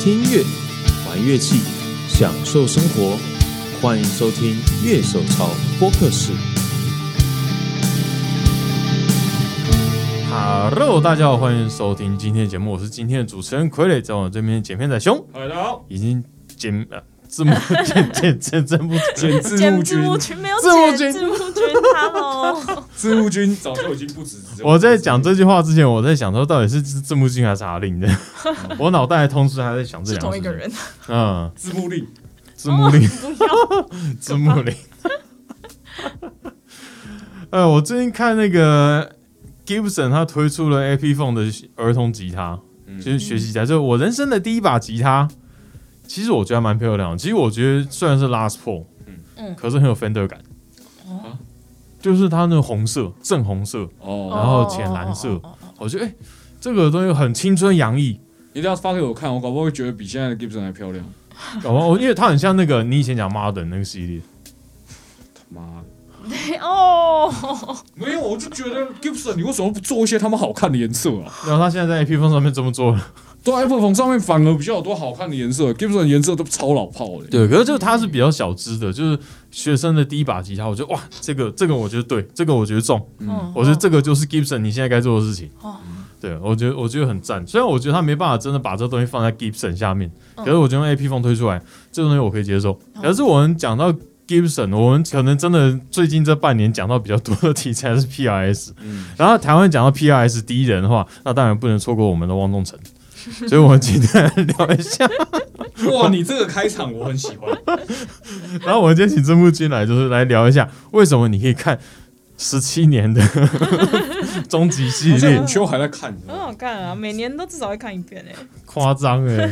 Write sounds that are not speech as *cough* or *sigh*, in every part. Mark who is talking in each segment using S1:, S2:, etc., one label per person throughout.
S1: 听音乐、玩乐器、享受生活，欢迎收听《乐手潮播客室》。
S2: Hello，大家好，欢迎收听今天的节目，我是今天的主持人傀儡，在我这边剪片仔兄，
S3: 大家好，
S2: 已经剪呃字幕 *laughs* 剪剪剪字幕剪
S3: 字
S4: 剪
S3: 幕
S4: 字幕
S3: 君，
S4: 君没有
S2: 字幕君
S4: 剪字幕君，Hello，
S3: 字幕君早就已经不止只有
S2: 我在讲这句话之前，我在想说到底是字幕君还是阿令的， *laughs* 我脑袋同时还在想这
S4: 是
S2: 两
S4: 同一个
S2: 事情，
S4: 人，
S2: 嗯，
S3: 字幕令，
S2: 字幕令，
S4: 不要，
S2: *laughs* 字幕令。呃，我最近看那个 Gibson，他推出了 AP Phone 的儿童吉他，
S3: 嗯
S2: 就是学习吉他，就是我人生的第一把吉他。其实我觉得还蛮漂亮的。其实我觉得虽然是 Last Paul，
S3: 嗯
S2: 嗯，
S4: 嗯
S2: 可是很有 Fender 感。
S3: 哦
S2: 就是它那个红色、正红色，
S3: 哦，
S2: 然后浅蓝色
S4: 哦哦哦哦哦
S2: 我觉得哎、这个东西很青春洋溢。
S3: 一定要发给我看，我搞不好会觉得比现在的 Gibson 还漂亮。
S2: 搞不好因为它很像那个你以前讲 Modern 那个系列，
S3: 他妈的，
S4: 哦，
S3: 没有，我就觉得 Gibson，你为什么不做一些他们好看的颜色啊？
S2: 然后它现在在 AP Phone 上面这么做了。
S3: 在 Apple Phone 上面反而比较有多好看的颜色，Gibson 的颜色都超老炮的。
S2: 对，可是这个它是比较小资的，就是学生的第一把吉他，我觉得哇，这个这个我觉得对，这个我觉得中。
S3: 嗯，
S2: 我觉得这个就是 Gibson 你现在该做的事情。
S4: 哦
S2: 对，我觉得我觉得很赞。虽然我觉得他没办法真的把这东西放在 Gibson 下面，可是我觉得用 AP 风推出来这个东西我可以接受。可是我们讲到 Gibson，我们可能真的最近这半年讲到比较多的题材是 PRS，、
S3: 嗯
S2: 然后台湾讲到 PRS 第一人的话，那当然不能错过我们的汪东城。所以，我们今天来聊一下，
S3: *laughs* 哇，你这个开场我很 *laughs* 喜欢。
S2: *laughs* 然后我们今天请郑木君来，就是来聊一下为什么你可以看十七年 *laughs* 的终极系
S3: 现在 *laughs*
S2: 列
S3: 午，休还在看，
S4: 很好看啊，每年都至少会看一遍哎，
S2: 夸张哎、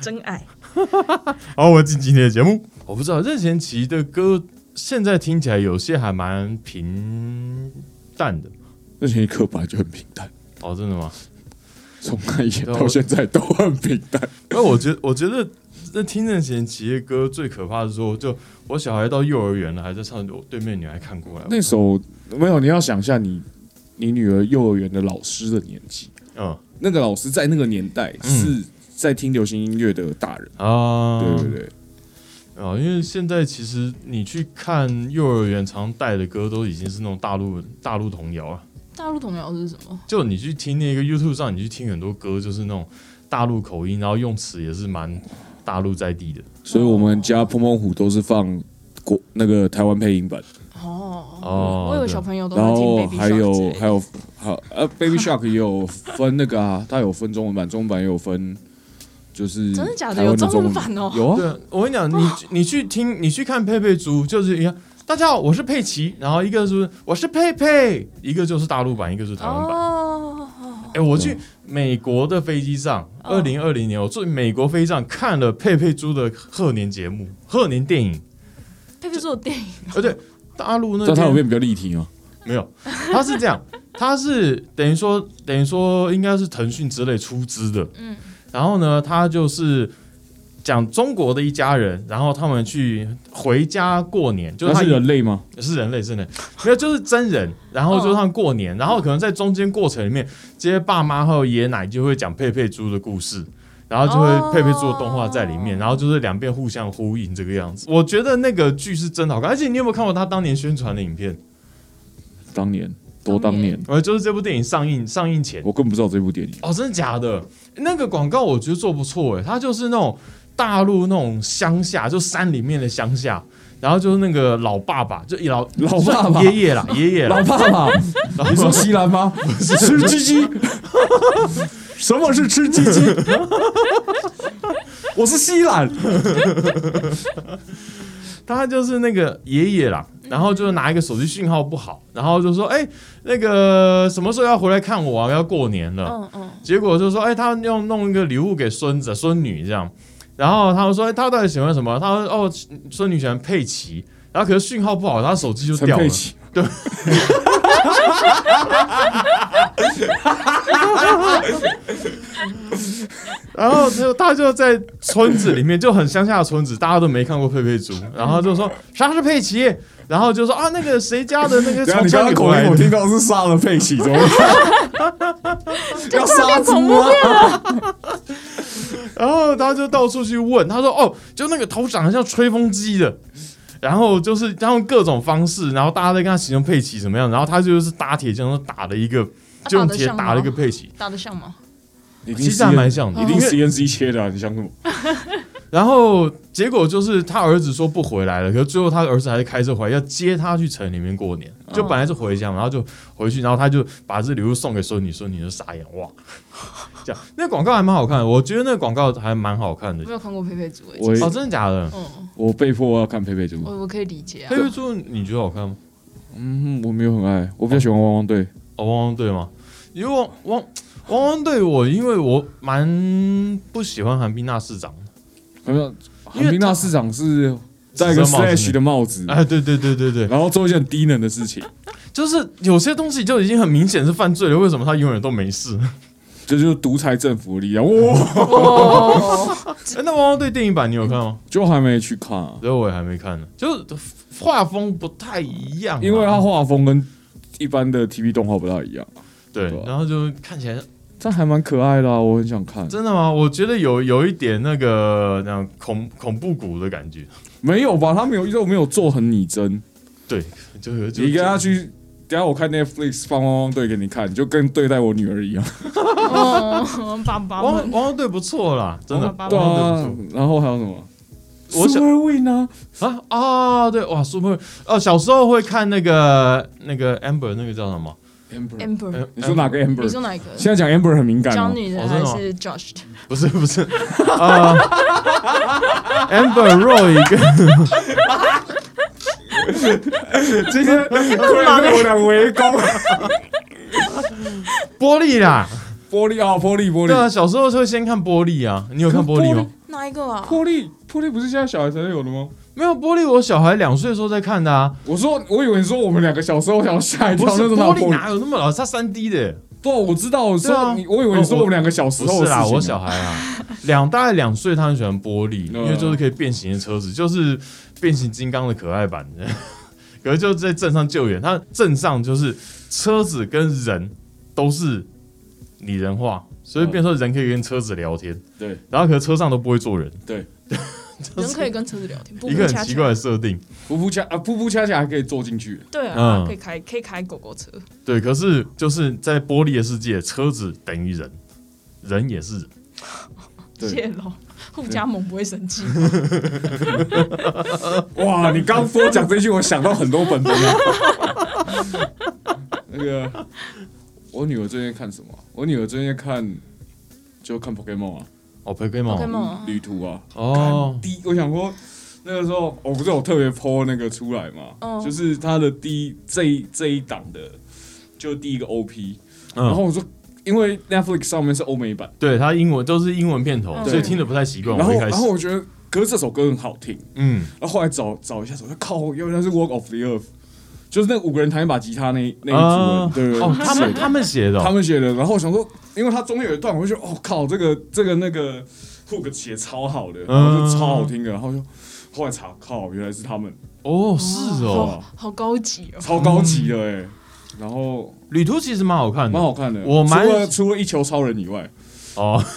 S4: 真爱，
S2: 好，我进今天的节目。我不知道任贤齐的歌现在听起来有些还蛮平淡的。
S3: 那前一刻本来就很平淡，
S2: 哦，真的吗？
S3: 从那一天到现在都很平 *laughs* 淡。
S2: 因为我觉得，我觉得这听任贤齐的歌最可怕的是说，就我小孩到幼儿园了，还在唱我对面女孩看过来。
S3: 那首没有，你要想一下你你女儿幼儿园的老师的年纪，
S2: 嗯
S3: 那个老师在那个年代
S2: 嗯
S3: 是在听流行音乐的大人，
S2: 啊，
S3: 对对对，
S2: 啊、因为现在其实你去看幼儿园常带的歌，都已经是那种大陆大陆童谣啊。
S4: 大陆童谣是什么？
S2: 就你去听那个 YouTube 上，你去听很多歌，就是那种大陆口音，然后用词也是蛮大陆在地的。
S3: 所以我们家碰碰虎都是放国那个台湾配音版，
S4: 哦
S2: 哦
S4: 我有
S2: 对
S4: 小朋友都
S3: 然
S4: 在听
S3: 后
S4: Baby
S3: 还
S4: Shark 之
S3: 有
S4: 类的
S3: 还有好呃 Baby Shark 也有分那个啊，它有分中文版，中文版也有分，就是
S4: 真的假的
S3: 台湾
S4: 有中
S3: 中
S4: 文
S3: 文
S4: 版哦
S3: 有啊，
S2: 对啊，我跟你讲，你你去听，你去看佩佩猪，就是一样。大家好，我是佩奇，然后一个是我是佩佩，一个就是大陆版，一个就是台湾版。
S4: 哦，
S2: 哎、我去美国的飞机上，二
S4: 哦
S2: 零二零年我坐美国飞机上看了佩佩猪的贺年节目、贺年电影，
S4: 佩佩做电影
S2: 而且大陆那
S3: 但它有
S2: 边
S3: 变比较立体吗？
S2: 没有，它是这样，它是等于说等于说应该是腾讯之类出资的，
S4: 嗯
S2: 然后呢，他就是讲中国的一家人，然后他们去回家过年，就是
S3: 它
S2: 他
S3: 是人类吗？
S2: 是人类，是人类，没有就是真人，然后就是他们过年，然后可能在中间过程里面，这些爸妈还有爷爷奶就会讲佩佩猪的故事。然后就会
S4: 哦
S2: 佩佩猪的动画在里面，然后就是两边互相呼应这个样子。我觉得那个剧是真好看，而且你有没有看过他当年宣传的影片？
S3: 当年多当
S4: 当年
S3: 年，
S2: 呃，就是这部电影上映上映前，
S3: 我根本不知道这部电影。
S2: 哦，真的假的？那个广告我觉得做不错诶，欸它就是那种大陆那种乡下，就山里面的乡下，然后就是那个老爸爸，就一老
S3: 老爸爸
S2: 爷爷啦，爷爷啦，
S3: 爸爸，
S2: *laughs* 然
S3: 你
S2: 后
S3: 说西兰吗？吃鸡鸡，什么是吃鸡鸡？我是西兰，
S2: *laughs* 他就是那个爷爷啦，然后就是拿一个手机讯号不好，然后就说哎、那个什么时候要回来看我啊？要过年了，
S4: 嗯嗯，
S2: 结果就说，哎、他要弄一个礼物给孙子、孙女这样。然后他们说，哎、他到底喜欢什么？他说，哦，孙女喜欢佩奇。然后可是讯号不好，他手机就
S3: 陈
S2: 掉了
S3: 佩。琪。
S2: 然后就他就在村子里面，就很乡下的村子，大家都没看过佩佩猪。然后就说啥是佩奇？然后就说啊，那个谁家的
S3: *laughs*
S2: 那个
S3: 等一下啊
S2: 从
S3: 你
S2: 家
S3: 刚刚
S2: 里过
S3: 口
S2: 来
S3: 音我
S2: 的。
S3: 听到是杀了佩
S2: *laughs*
S3: 奇，怎么办要杀猪啊？
S2: 然后他就到处去问，他说：“哦，就那个头长得像吹风机的。”然后就是他用各种方式，然后大家在跟他形容佩奇怎么样，然后他就是打铁匠打了一个，
S4: 啊
S2: 就用
S4: 打得
S2: 铁
S4: 像吗
S2: 打了一个佩奇，
S4: 打得像吗？
S3: 一定
S2: 其
S3: 是
S2: 实还蛮像的，
S3: 一定
S2: 因为
S3: CNC 切的、啊，你想什么？
S2: 然后结果就是他儿子说不回来了，可是最后他儿子还是开车回来，要接他去城里面过年。
S4: 哦
S2: 就本来是回家嘛，然后就回去，然后他就把这礼物送给孙女，孙女就傻眼
S4: *laughs*
S2: 哇，这样那广告还蛮好看的，我觉得那广告还蛮好看的
S4: 我。没有看过佩佩猪、欸，
S3: 我
S2: 哦，真的假的？
S4: 嗯，
S3: 我被迫要看佩佩猪，
S4: 我我可以理解啊
S2: 黑。玉猪哎你觉得好看吗？
S3: 嗯，我没有很爱，我比较喜欢汪汪队。
S2: 哦，汪汪队吗？因为汪汪汪汪队我，因为我蛮不喜欢韩冰娜市长。
S3: 好像
S2: 因为
S3: 韩冰娜市长是戴一个
S2: 是帽子
S3: Slash 的帽子，
S2: 哎，对对对对对，
S3: 然后做一件很低能的事情，
S2: 就是有些东西就已经很明显是犯罪了，为什么他永远都没事？
S3: 这就是独裁政府的力量。哇，
S4: 哦，
S2: 哎、那《汪汪队》电影版你有看吗？
S3: 就还没去看、啊，
S2: 所以我也还没看呢，就是画风不太一样啊、
S3: 因为它画风跟一般的 TV 动画不大一样，
S2: 对
S3: 对啊，
S2: 然后就看起来
S3: 但还蛮可爱的、啊，我很想看。
S2: 真的吗？我觉得有有一点那个那种恐恐怖谷的感觉，
S3: 没有吧？他没有，又没有做很拟真。
S2: 就有就
S3: 你跟他去，等一下我看 Netflix 放汪汪队给你看，你就跟对待我女儿一
S2: *laughs*
S3: 样。
S4: 哦，爸爸
S2: 汪
S4: 们
S2: 汪汪队不错啦，真的，汪
S4: 爸爸
S3: 对
S2: 汪
S3: 啊
S2: 队，
S3: 然后还有什么？
S2: 我想
S3: Super Win 啊，
S2: 不错啊啊，对哇，Super 哦，小时候会看那个那个 Amber 那个叫什么？
S3: Amber，
S4: Amber，
S3: 呃你说哪个
S4: 你
S3: Amber？
S4: 说哪一个？
S3: 现在讲 Amber 很敏感
S4: 教
S3: 哦。
S4: 你的
S2: 哦真
S4: 还
S2: 的吗
S4: 是 Josh 的？
S2: 不是不是 *laughs* 啊、a m b e r Roy 跟
S3: *laughs* *laughs* 今天突然被我俩围攻，
S2: 玻璃啦，
S3: 玻璃啊，玻璃，玻
S2: 对啊，
S3: 璃，
S2: 小时候会先看玻璃啊，你有看玻璃吗？
S4: 哪一个啊？
S3: 玻璃，玻璃不是现在小孩才有的吗？
S2: 没有玻璃，我小孩两岁的时候在看的啊。
S3: 我说，我以为你说我们两个小时候想吓一跳，
S2: 不
S3: 那
S2: 是
S3: 是哪
S2: 玻璃
S3: 玻璃？
S2: 哪有那么老？它三 D 的，
S3: 对，我知道，我
S2: 对啊
S3: 说你，我以为你说我们两个小时
S2: 哦不
S3: 候
S2: 是
S3: 的事
S2: 啦，
S3: 情啊
S2: 我小孩啊， *laughs* 两大概两岁，他很喜欢玻璃，
S3: 嗯
S2: 因为就是可以变形的车子，就是变形金刚的可爱版的。 *laughs* 可是就在镇上救援，他镇上就是车子跟人都是拟人化，所以变成说人可以跟车子聊天，
S3: 对，
S2: 然后可是车上都不会坐人，
S4: 人可以跟车子聊天，不
S2: 一个
S4: 不
S2: 很
S4: 恰
S2: 奇
S4: 恰
S2: 怪的设定。
S3: 噗噗恰啊，噗噗恰恰还可以坐进去，
S4: 对啊，
S2: 嗯
S4: 可以开可以开狗狗车，
S2: 对，可是就是在玻璃的世界，车子等于人，人也是人。
S3: 对
S4: 谢喽。互加盟不会生气，
S2: 哦
S3: 哇！你刚说讲这句，我想到很多本本啊。那个，我女儿最近看什么？啊我女儿最近看就看 Pokemon 啊，
S2: 哦，p o k e m o n
S4: Pokemon 哦
S3: 旅途啊。
S2: 哦，
S3: 第一，我想说那个时候，哦我不是有特别 PO 那个出来嘛，
S4: 嗯
S3: 就是他的第一这一这一档的，就第一个 OP，、
S2: 嗯
S3: 然后我说。因为 Netflix 上面是欧美版，
S2: 对他英文都是英文片头，
S4: 嗯
S2: 所以听得不太习惯。
S3: 然后
S2: 我一开
S3: 然后
S2: 始，
S3: 我觉得，可是这首歌很好听，
S2: 嗯，
S3: 然后后来找找一下，找一下靠，原来是 Walk of the Earth，就是那五个人弹一把吉他那一那一
S2: 啊
S3: 组人，对对对，
S2: 哦，他
S3: 写的
S2: 们他们写的
S3: 他
S2: 哦，
S3: 们写的。然后我想说，因为他中间有一段，我就觉得哦靠，这个这个那个 hook 写超好
S2: 啊
S3: 的，然后就超好听的，然后就后来查，靠，原来是他们，
S2: 哦，是哦，
S4: 好好高级哦。 *laughs*
S3: 超高级的哎、然后
S2: 旅途其实蛮好看
S3: 蛮
S2: 的
S3: 好看的，
S2: 我蛮
S3: 除了除了一球超人以外，
S2: 哦。 *laughs*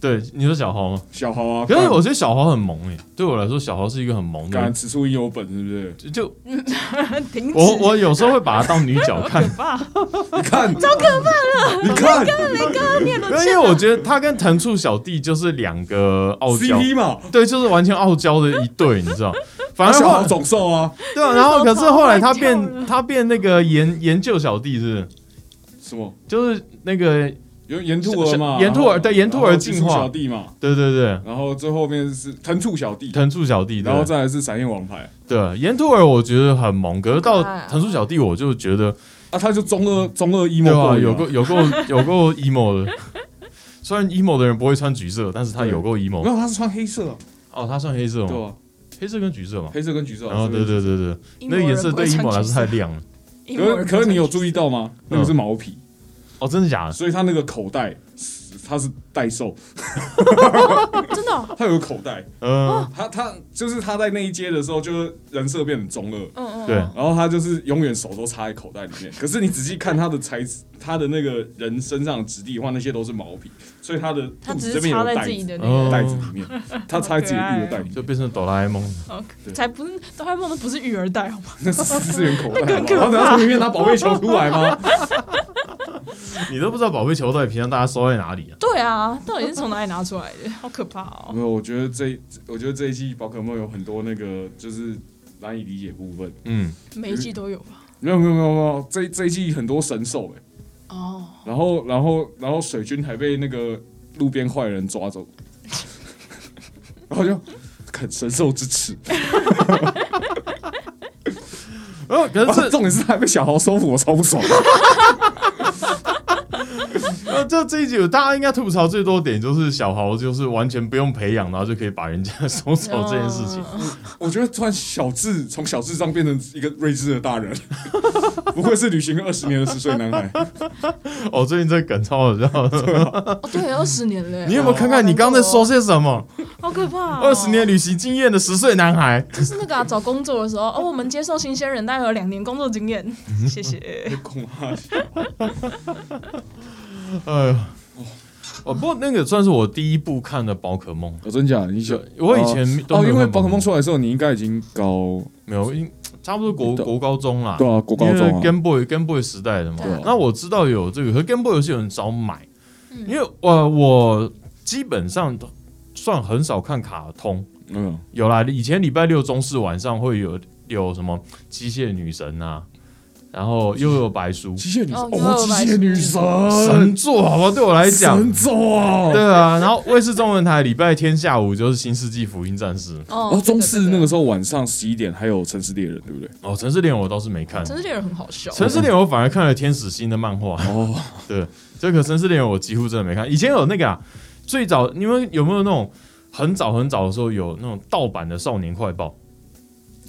S2: 对，你说小豪吗？
S3: 小豪啊，
S2: 可是
S3: 干
S2: 我觉得小豪很萌诶，对我来说，小豪是一个很萌的
S3: 干
S2: 人。
S3: 此处应有本，是不
S2: *laughs*
S3: 是？
S2: 就就
S4: 停止，
S2: 我我有时候会把他当女角看，
S4: 爸，
S3: 你看，超可怕了，你看
S4: 面
S2: 因为我觉得他跟藤树小弟就是两个傲娇，
S3: CP 嘛，
S2: 对，就是完全傲娇的一对，你
S3: *laughs*
S2: 知道？反
S3: 小
S2: 而后
S3: 豪总受啊，
S2: 对啊，然后可是后来他
S4: 那时候超爱叫
S2: 变
S4: 了
S2: 他变那个研研究小弟是不是？
S3: 什么？
S2: 就是那个
S3: 有岩兔儿嘛，
S2: 是是岩兔儿
S3: 然后
S2: 对岩兔儿
S3: 然后技术
S2: 进化
S3: 小弟嘛，
S2: 对对对，
S3: 然后最后面是藤兔小弟，
S2: 藤树小弟，对
S3: 然后再来是闪电王牌
S2: 对岩兔儿，我觉得很萌，可是到
S4: 可爱啊
S2: 藤树小弟，我就觉得
S3: 啊，他就中二中二
S2: 对
S3: emo
S2: 吧、
S3: 过瘾
S2: 有够有够 *laughs* 有够 emo 的。虽然 emo 的人不会穿橘色，但是他
S3: 对
S2: 有够
S3: 没
S2: emo。
S3: 有，他是穿黑色啊，
S2: 哦，他穿黑色
S3: 对
S2: 吗？
S3: 吧？
S2: 黑色跟橘色嘛。
S3: 黑色跟橘色
S2: 然
S3: 啊，
S2: 后
S3: 是不是
S2: 对对对对， *laughs* 那个颜色对 emo 来说太亮了。
S3: 可是可是你有注意到吗？那个
S2: 嗯
S3: 是毛皮，
S2: 哦，真的假的？
S3: 所以他那个口袋他是代售，
S4: *laughs* 真的哦？
S3: 他有个口袋，
S2: 嗯
S3: 他他就是他在那一阶的时候，就是人设变得中二，
S4: 嗯嗯哦
S2: 对
S3: 然后他就是永远手都插在口袋里面。可是你仔细看他的材质，他的那个人身上的质地的话，那些都是毛皮，所以他的
S4: 他
S3: 肚
S4: 只
S3: 子这
S4: 是
S3: 边
S4: 插
S3: 有个
S4: 在
S3: 袋
S4: 自己的
S3: 子，
S4: 那个，
S2: 哦
S3: 袋子里面，他插在自己的育儿袋里面，
S2: 就变成哆啦 A 梦了。
S4: 哦
S3: 对
S4: 才不是哆啦 A 梦都不是育儿袋好吗？
S3: 那是四元口
S4: *laughs*
S3: 袋。
S4: 那
S3: 然
S4: 更可怕
S3: 后等下从里面拿宝贝球出来吗？
S2: 你都不知道宝贝球到底平常大家收在哪里啊？
S4: 对啊，到底是从哪里拿出来的？好可怕哦！
S3: 没有，我觉得这一，我觉得这一季宝可梦有很多那个就是难以理解部分。
S2: 嗯，
S4: 每一季都有吧？
S3: 没有没有没有没有，这这一季很多神兽哎、
S4: 哦，
S3: 然后然后然后水军还被那个路边坏人抓走，然后就看神兽之耻，
S2: 呃，可
S3: 然后
S2: 是 *laughs* 这
S3: 重点是还被小豪收服，我超不爽。
S2: 呃这这一集有大家应该吐槽最多的点就是小豪就是完全不用培养，然后就可以把人家收走
S3: 哦
S2: 这件事情。
S4: 嗯
S3: 我觉得突然小智从小智障变成一个睿智的大人，不愧是旅行二十年的十岁男孩。
S2: 哦，最近这个梗超好笑的，
S4: 哦，对，二十年嘞，
S2: 你有没有看看你刚才说些什么？
S4: 好可怕哦？
S2: 二十年旅行经验的十岁男孩，
S4: 就是那个啊，找工作的时候，哦，我们接受新鲜人，大概有两年工作经验，
S2: 嗯
S4: 谢
S2: *laughs*
S4: 谢。
S3: 恐怕
S2: 哎呦，哦，不过那个算是我第一部看的宝可梦。
S3: 我真假？你小
S2: 我以前都
S3: 哦，
S2: 没有
S3: 因为
S2: 看
S3: 宝可梦出来的时候，你应该已经高
S2: 没有，因差不多国
S3: 对
S2: 国高中啦，
S3: 对啊，国高
S2: 因为
S3: 中啊，
S2: Game Boy Game Boy 时代的嘛。
S4: 对啊
S2: 那我知道有这个，可是 Game Boy 游戏有人少买，
S4: 嗯
S2: 因为呃，我基本上都算很少看卡通。
S3: 嗯，
S2: 有啦，以前礼拜六中式晚上会有有什么机械女神啊，然后又有白书
S3: 机械女神
S4: 哦
S3: 哦，机械女神
S2: 神作，好吧，对我来讲
S3: 神。作
S2: 对啊，然后卫视中文台礼拜天下午就是《新世纪福音战士》
S4: 哦
S3: 哦，中视那个
S4: 个，
S3: 时候晚上十一点还有《城市猎人》，对不对？
S2: 哦，《城市猎人》我倒是没看，
S4: 哦城市猎人很好笑，
S2: 城市猎人我反而看了天使星的漫画，
S3: 哦，
S2: 对，这个城市猎人我几乎真的没看。以前有那个啊，最早你们有没有那种很早很早的时候有那种盗版的少年快报？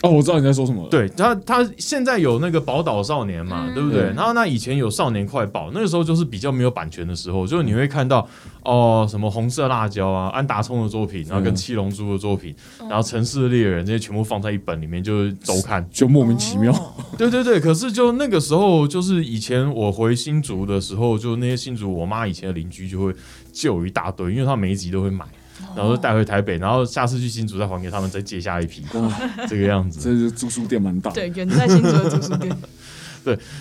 S3: 哦，我知道你在说什么了。，
S2: 对，他他现在有那个宝岛少年嘛，
S4: 嗯
S2: 对不对？
S3: 对
S2: 然后那以前有少年快报，那个时候就是比较没有版权的时候，就是你会看到哦、什么红色辣椒啊、安达充的作品，然后跟
S3: 嗯
S2: 七龙珠的作品，
S4: 嗯
S2: 然后城市猎人这些全部放在一本里面，就是周刊。
S3: 就莫名其妙。
S4: 哦
S2: 对对对，可是就那个时候，就是以前我回新竹的时候，就那些新竹我妈以前的邻居就会借我一大堆，因为她每一集都会买，然后就带回台北，然后下次去新竹再还给他们，再借下一批，
S4: 哦
S3: 哇，
S2: 这个样子。
S3: *laughs* 这是住宿店蛮大。
S4: 对，远在新竹的住宿
S2: *laughs*
S4: 店，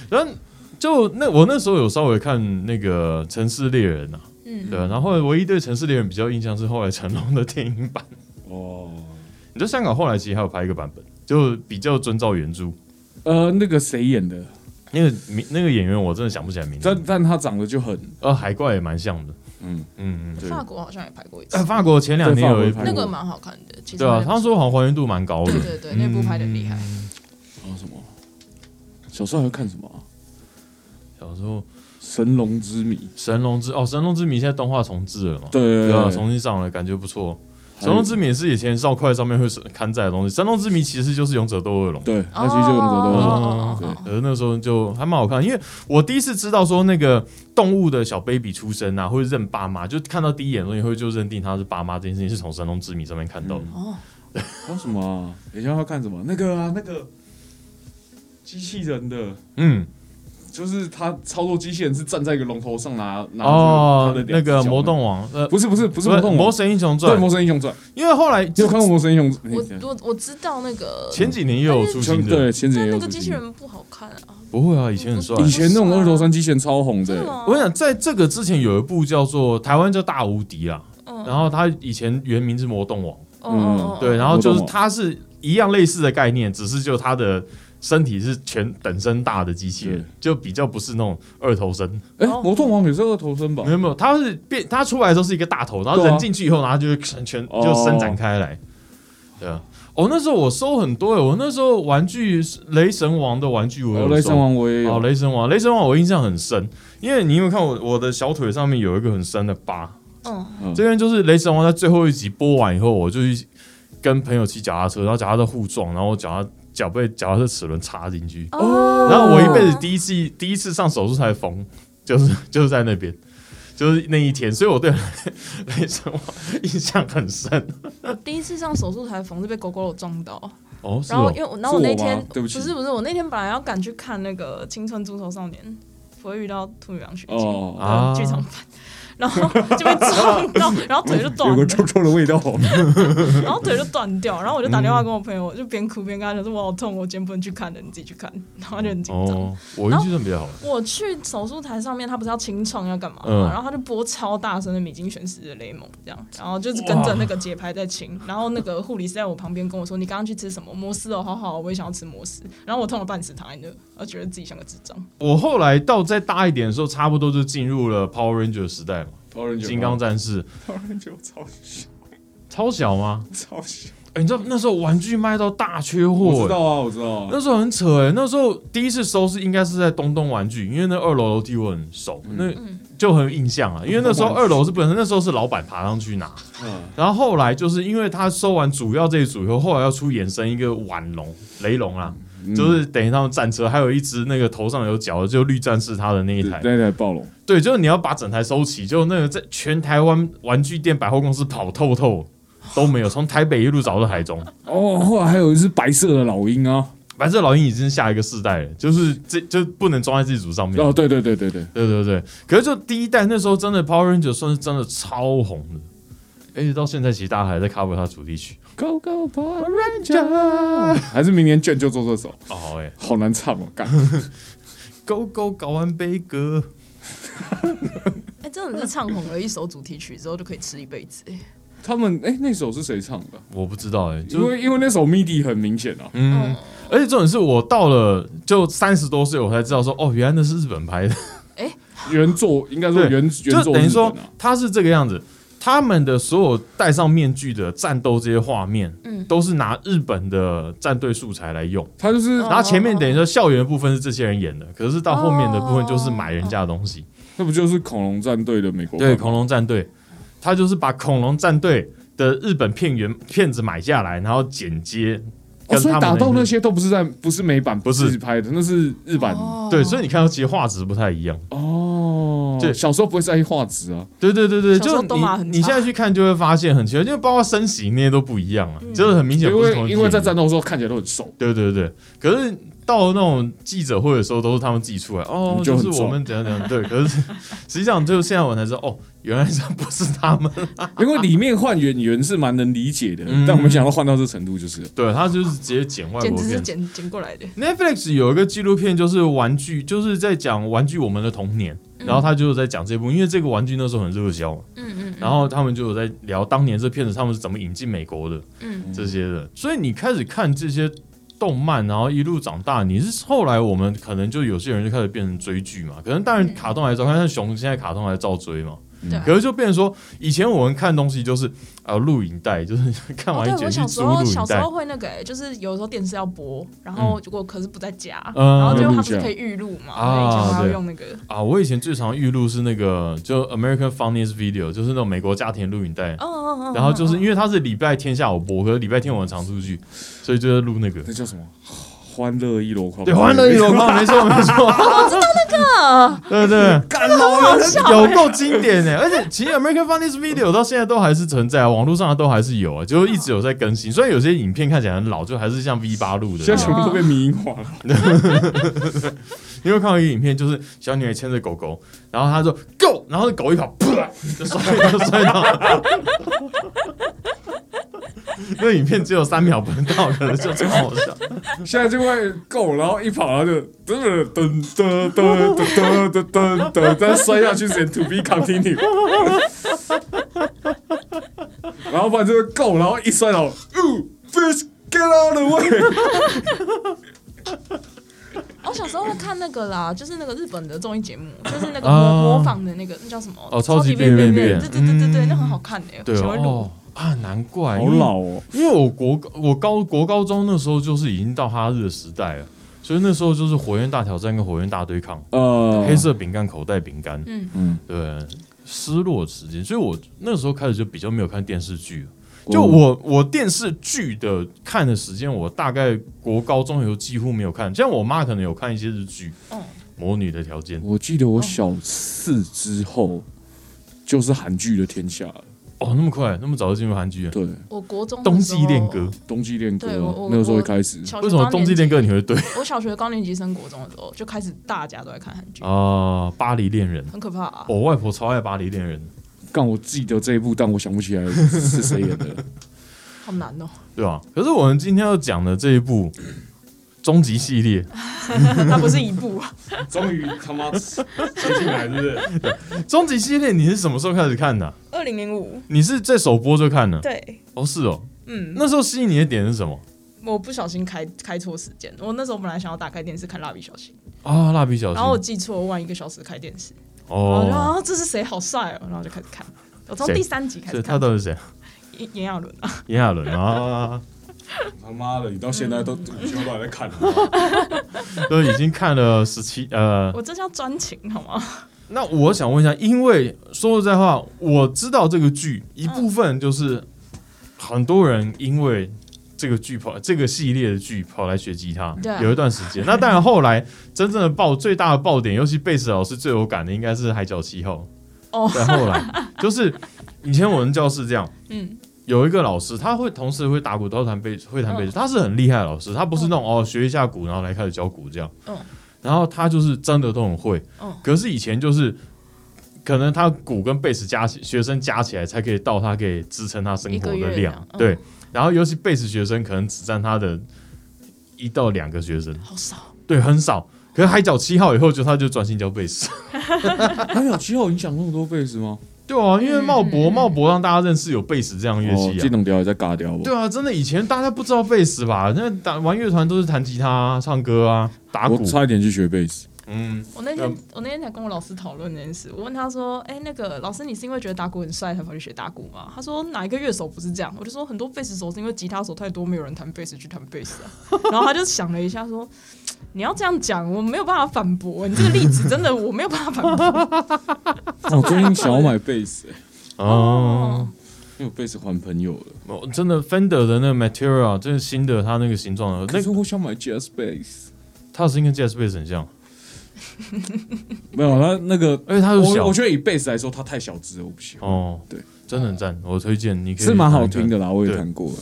S2: 然后就那我那时候有稍微看那个《城市猎人》啊，
S4: 嗯，
S2: 对啊，然后唯一对《城市猎人》比较印象是后来成龙的电影
S3: *laughs*
S2: 版，
S3: 哦，
S2: 你知道香港后来其实还有拍一个版本，就比较遵照原著。
S3: 呃，那个谁演的？
S2: 那个名那个演员我真的想不起来名字
S3: 但，但他长得就很，
S2: 呃，海怪也蛮像的，
S3: 嗯，
S2: 嗯嗯，对。
S4: 法国好像也拍过一次
S2: 呃，，法国前两年有一
S3: 对
S2: 部
S3: 法国拍过
S4: 那个蛮好看的，其实
S2: 对啊，嗯
S4: 那个
S2: 他说好像还原度蛮高的
S4: 对。对对，那部拍的厉害，
S3: 啊什么？小时候还会看什么啊？
S2: 小时候《
S3: 神龙之谜。
S2: 神龙之》哦，《神龙之谜》现在动画重置了嘛？
S3: 对
S2: 对啊，
S3: 对
S2: 重新上了，感觉不错。《
S3: 还有
S2: 神龙之谜》也是以前少快上面会刊载的东西，《神龙之谜》其实就是勇者斗恶龙。
S3: 对，他其实就用着
S2: 哦
S3: 都
S4: 哦哦哦哦
S2: 呃，那时候就还蛮好看，因为我第一次知道说那个动物的小 baby 出生啊，会认爸妈，就看到第一眼的时候，你会就认定他是爸妈这件事情是从《神龙之谜》上面看到的。
S3: 嗯
S4: 哦，
S3: 还有什么啊？等一下要看什么？那个啊，那个机器人的。
S2: 嗯，
S3: 就是他操作机器人是站在一个龙头上拿拿
S2: 哦
S3: 着他的，两
S2: 那
S3: 只
S2: 个
S3: 脚
S2: 魔，动王，呃，
S3: 不是不是不是
S2: 不
S3: 魔动
S2: 魔
S3: 王，
S2: 神英雄
S3: 对
S2: 传，
S3: 魔神英雄传，
S2: 因为后来
S3: 你有看过魔神英雄？
S4: 我我我知道那个，
S2: 前几年也有出新
S3: 前
S2: 的，
S3: 对嗯前几
S4: 但
S3: 年
S4: 那
S3: 有
S4: 个
S3: 出
S4: 机器
S3: 新的，
S4: 人不好看啊，
S2: 不会啊，以前很帅。
S3: 以前那种二头身机器人超红
S4: 真的
S3: 的，
S4: 吗？
S2: 我想在这个之前有一部叫做台湾叫大无敌啦，
S4: 嗯，
S2: 然后他以前原名是魔动王，
S4: 哦哦
S3: 啊
S4: 哦哦
S2: 嗯对，然后就是
S3: 魔动王
S2: 它是一样类似的概念，只是就它的身体是全等身大的机器人
S3: 对，
S2: 就比较不是那种二头身，
S3: 哎，
S4: 哦
S3: 魔动王也是二头身吧
S2: 没？有没有，它是变它出来的时候是一个大头，然后
S3: 哦对啊
S2: 人进去以后，然后就会全全
S3: 哦
S2: 就伸展开来，对啊。哦，那时候我收很多耶，我那时候玩具雷神王的玩具我有
S3: 哦，
S2: 收，
S3: 雷神王我也
S2: 哦，
S3: 有，
S2: 雷神王，雷神王我印象很深，因为你有没有看我我的小腿上面有一个很深的疤，
S4: 嗯，
S2: 这边就是雷神王在最后一集播完以后，我就去跟朋友骑脚踏车，然后脚踏车互撞，然后我脚踏脚被脚踏车齿轮插进去，
S4: 哦
S2: 然后我一辈子第一次第一次上手术台缝，就是就是在那边。就是那一天，所以我对雷神王印象很深。
S4: 第一次上手术台缝是被狗狗肉撞到，
S2: 哦，是
S4: 然后
S2: 哦
S4: 因，为我，然后我那
S3: 是我
S4: 天
S3: 吗对不起
S4: 是不是我那天本来要赶去看那个《青春足球少年》，不会遇到兔女郎学姐
S3: 哦
S4: 的
S2: 啊
S4: 剧场版，然后就被撞 *laughs* 到，然后腿就
S3: *laughs*
S4: 断
S3: 有
S4: 了
S3: 个，臭臭的味道。
S4: 然后腿就断掉，然后我就打电话跟我朋友，我就边哭边跟他讲说我好痛，我今天不能去看了，你自己去看，然后他就很紧张。
S2: 哦，我运气算比较好，
S4: 我去手术台上面，他不是要清创要干嘛吗？
S2: 嗯
S4: 然后他就播超大声的《米津玄师的雷蒙》这样，然后就是跟着那个节拍在清。然后那个护理师在我旁边跟我说：“你刚刚去吃什么？摩斯哦，好好，我也想要吃摩斯。”然后我痛了半死，躺在那，我觉得自己像个智障。
S2: 我后来到再大一点的时候，差不多就进入了 Power Ranger 哦时代嘛，金刚战士
S3: 超人就超小
S2: 超小吗？
S3: 超小，
S2: 哎、你知道那时候玩具卖到大缺
S3: 我
S2: 货、
S3: 知
S2: 欸，
S3: 道啊，我知道啊。
S2: 那时候很扯哎、那时候第一次收是应该是在东东玩具，因为那二楼楼梯我很熟，那就很有印象啊。因为那时候二楼是本身那时候是老板爬上去拿，
S3: 嗯，
S2: 然后后来就是因为他收完主要这一组以后，后来要出衍生一个晚龙雷龙啊，就是等于他们战车，还有一只那个头上有角的，就绿战士他的那一台，
S3: 那台暴龙，
S2: 对，就是你要把整台收齐，就那个在全台湾玩具店百货公司跑透透都没有，从台北一路找到台中。
S3: 哦，后来还有一只白色的老鹰啊，
S2: 反正老鹰已经是下一个世代了，就是这就不能装在自己组上面。
S3: 哦，对对对对对，
S2: 对对对，可是就第一代那时候真的 Power Ranger 算是真的超红的，而且到现在其实大家还在 cover 它主题曲。
S3: Go Go Power Ranger，还是明年卷就做这首，
S2: 哦好哎、
S3: 好难唱哦，干，
S2: Go Go 搞完悲歌，
S4: 哎、真的是唱红了一首主题曲之后就可以吃一辈子、哎
S3: 他们哎那首是谁唱的？
S2: 我不知道哎、
S3: 因
S2: 就是
S3: 为因为那首 MIDI 很明显啊，
S2: 嗯，而且重点是我到了就三十多岁，我才知道说哦，原来那是日
S3: *laughs*
S2: 本拍的。
S3: 原作应该说
S2: 对
S3: 原原
S2: 就
S3: 作
S2: 等于
S3: 日
S2: 说
S3: 本啊，
S2: 他是这个样子，他们的所有戴上面具的战斗这些画面，
S4: 嗯
S2: 都是拿日本的战队素材来用。
S3: 他就是
S4: 哦
S2: 然后前面等于说校园的部分是这些人演的，可是到后面的部分就是买人家的东西。
S3: 那不就是恐龙战队的美国版
S2: 对，
S3: 吗哦
S2: 恐龙战队，他就是把恐龙战队的日本片源片子买下来，然后剪接
S3: 哦，
S2: 跟
S3: 所以
S2: 他们
S3: 打
S2: 的
S3: 斗那些都不是在不是美版
S2: 不是
S3: 自己拍的，那是日版
S4: 哦
S2: 对，所以你看到其实画质不太一样。
S3: 哦。
S2: 对
S3: 小时候不会在意画质啊，
S2: 对对对对，
S4: 小时
S2: 就
S4: 候
S2: 你
S4: 动画很
S2: 你现在去看就会发现很奇怪，就包括身形那些都不一样啊，
S4: 嗯
S2: 就是很明显
S3: 因
S2: 不是同一
S3: 为
S2: 批
S3: 因为在
S2: 人
S3: 战斗的时候看起来都很
S2: *laughs*
S3: 瘦，
S2: 对对对，可是到那种记者会的时候，都是他们自己出来哦，
S3: 就
S2: 就是
S3: 很
S2: 我们怎样怎样对，可是 *laughs* 实际上就现在我才知道哦，原来这不是他们，
S3: 因为里面换演员是蛮能理解的
S2: 嗯，
S3: 但我没想到换到这程度就是了。
S2: 对他就是直接剪外
S4: 简
S2: 国
S4: 直是
S2: 片。
S4: 捡捡过来的。
S2: Netflix 有一个纪录片，就是玩具，就是在讲玩具我们的童年，然后他就是在讲这部，因为这个玩具那时候很热销嘛，
S4: 嗯嗯
S2: 然后他们就有在聊当年这片子他们是怎么引进美国的，
S4: 嗯，
S2: 这些的，所以你开始看这些动漫，然后一路长大，你是后来我们可能就有些人就开始变成追剧嘛，可能当然卡通还照看，像熊现在卡通还照追嘛，
S4: 对啊。
S2: 可是就变成说，以前我们看东西就是啊录影带，就是 *laughs* 看
S4: 哦，
S2: 完一
S4: 对，
S2: 集
S4: 我
S2: 去
S4: 小时
S2: 租
S4: 候
S2: 录
S4: 小
S2: 影
S4: 时
S2: 带
S4: 候，会那个、欸，就是有时候电视要播，然后如果可是不在家，
S2: 嗯
S4: 然后就它不
S3: 录
S4: 是
S3: 下
S4: 可以预录嘛，
S2: 啊
S4: 所以以前还要
S2: 对
S4: 用那个。
S2: 啊，我以前最常预录是那个就 American Funniest Video，就是那种美国家庭录影带。
S4: 哦哦哦哦。
S2: 然后就是
S4: 哦
S2: 因为它是礼拜天下午播，可是礼拜天我很常出去，所以就在录那个。
S3: 那叫什么？欢乐一箩筐，
S2: 对，欢乐一箩筐，没错没错，我知道那
S4: 啊
S2: 个，对对，
S3: 干了，
S2: 有够经典呢、而且其实 American Funniest Video 到现在都还是存在、啊，网络上都还是有啊，就一直有在更新。虽然有些影片看起来很老，就还是像 V 八录
S3: *laughs*
S2: 的
S3: 现在。全部都被民营化了。
S2: 你有没有看到一个影片，就是小女孩牵着狗狗，然后她说 Go，然后那狗一跑，啪，就摔就摔到了。那影片只有三秒不到，可能就超好笑。
S3: 现在就会够，然后一跑，然后就噔噔噔噔噔噔噔噔，再摔下去，and to be *laughs* continue。然后不然就是够，然后一摔倒，Ooh bitch get out of the way。
S4: 我哦小时候会看那个啦，就是那个日本的综艺节目，就是那个
S2: 啊
S4: 模模仿的那个，那叫什么？
S2: 哦超
S4: 超
S2: 级
S4: 变
S2: 变变
S4: 变，对
S2: 变
S4: 对对对对，
S2: 嗯
S4: 那很好看诶，
S2: 对
S4: 喜欢录
S2: 哦。啊，难怪，
S3: 好老哦，
S2: 因为我国我高国高中那时候就是已经到哈日的时代了，所以那时候就是火焰大挑战跟火焰大对抗，
S3: 呃
S2: 黑色饼干口袋饼干，
S4: 嗯
S3: 嗯
S2: 对，失落时间，所以我那时候开始就比较没有看电视剧了。
S3: 哦
S2: 就我我电视剧的看的时间，我大概国高中以后几乎没有看，像我妈可能有看一些日剧，
S4: 嗯
S2: 《魔女的条件》
S3: 我记得我小四之后就是韩剧的天下了。
S2: 哦，那么快，那么早就进入韩剧了。
S3: 对，
S4: 我国中的
S2: 冬
S4: 时
S2: 季
S4: 候
S2: 恋歌，
S3: 冬季恋歌啊
S4: 对我我
S3: 那个时候一开始，
S4: 小学
S2: 为什么
S4: 高
S2: 冬季
S4: 年
S2: 恋歌
S4: 级
S2: 你会对
S4: 我小学高年级升国中的时候，就开始大家都在看韩剧，
S2: 啊？巴黎恋人，
S4: 很可怕、啊。
S2: 我外婆超爱巴黎恋人，
S3: 干我记得这一部，但我想不起来是谁演的。
S4: 好难哦、 *laughs*
S2: 对吧？可是我们今天要讲的这一部终极系列， *laughs*
S4: 那不是一部啊，
S3: *laughs* 终于他妈接进来，是不是？
S2: 终极系列你是什么时候开始看的啊？
S4: 二零零五，
S2: 你是在首播就看了？
S4: 对，
S2: 哦，是哦。
S4: 嗯，
S2: 那时候吸引你的点是什么
S4: 我不小心开开错时间，我那时候本来想要打开电视看蜡笔小新，
S2: 啊？蜡笔小
S4: 然后我
S2: 新
S4: 记错，我晚一个小时开电视，然后我就
S2: 哦，
S4: 啊这是谁好帅哦，然后就开始看，我从
S2: 谁
S4: 第三集开
S2: 所
S4: 始
S2: 以他
S4: 看，
S2: 到底是谁？
S4: 炎炎亚纶啊，
S2: 炎亚纶啊，
S3: 他妈的，你到现在都午休都还在看，
S2: *laughs* 都已经看了十七呃。
S4: 我这叫专情好吗？
S2: 那我想问一下，因为说实在话，我知道这个剧一部分就是很多人因为这个剧跑这个系列的剧跑来学吉他
S4: 对，啊
S2: 有一段时间。那当然后来真正的爆最大的爆点，尤其贝斯老师最有感的应该是《海角七号》。
S4: 哦
S2: 对，后来就是以前我们教室这样，
S4: 嗯，
S2: 有一个老师，他会同时会打鼓，都弹贝，会弹贝
S4: 嗯
S2: 斯，他是很厉害的老师，他不是那种哦学一下鼓然后来开始教鼓这样
S4: 嗯，
S2: 然后他就是真的都很会
S4: 嗯，
S2: 可是以前就是。可能他鼓跟贝斯加起学生加起来才可以到他可以支撑他生
S4: 一
S2: 活
S4: 个月
S2: 的
S4: 这
S2: 量
S4: 样，嗯
S2: 对。然后尤其贝斯学生可能只占他的一到两个学生，
S4: 好少，
S2: 对，很少。可是海角七号以后就他就专心教贝
S4: *laughs*
S2: 斯，
S3: 还有七号影响那么多贝斯吗？
S2: 对啊，因为茂
S4: 嗯嗯
S2: 博
S4: 嗯
S2: 茂博让大家认识有贝斯这样乐器
S3: 哦
S2: 啊，
S3: 技能雕也在嘎雕吧？
S2: 对啊，真的以前大家不知道贝斯吧？那打玩乐团都是弹吉他、啊、唱歌啊、打
S3: 我
S2: 鼓。
S3: 差一点去学贝斯，
S2: 嗯，
S4: 我那天、我那天才跟我老师讨论这件事，我问他说：“哎、那个老师，你是因为觉得打鼓很帅才跑去学打鼓吗？”他说：“哪一个乐手不是这样？”我就说：“很多贝斯手是因为吉他手太多，没有人弹贝斯去弹贝斯啊。” *laughs* 然后他就想了一下说：“你要这样讲，我没有办法反驳你这个例子，真的我没有办法反驳。
S3: 我哦最近想要买贝斯、欸，
S2: 哦，
S3: 因为我贝斯还朋友了。
S2: 我哦真的 Fender 的那个 Material，这是新的，它那个形状的，
S3: 那
S2: 那
S3: 时
S2: 个
S3: 候我想买 jazz bass，
S2: 它的声音跟 Jazz Bass 很像，
S3: 没有，他那个，
S2: 而且它又
S3: 我
S2: 小
S3: 我。觉得以贝斯来说，它太小只了，我不喜欢。
S2: 哦，
S3: 对，
S2: 真的很赞，我推荐你可以。
S3: 是蛮好听，的啦，我也
S2: 对
S3: 弹过。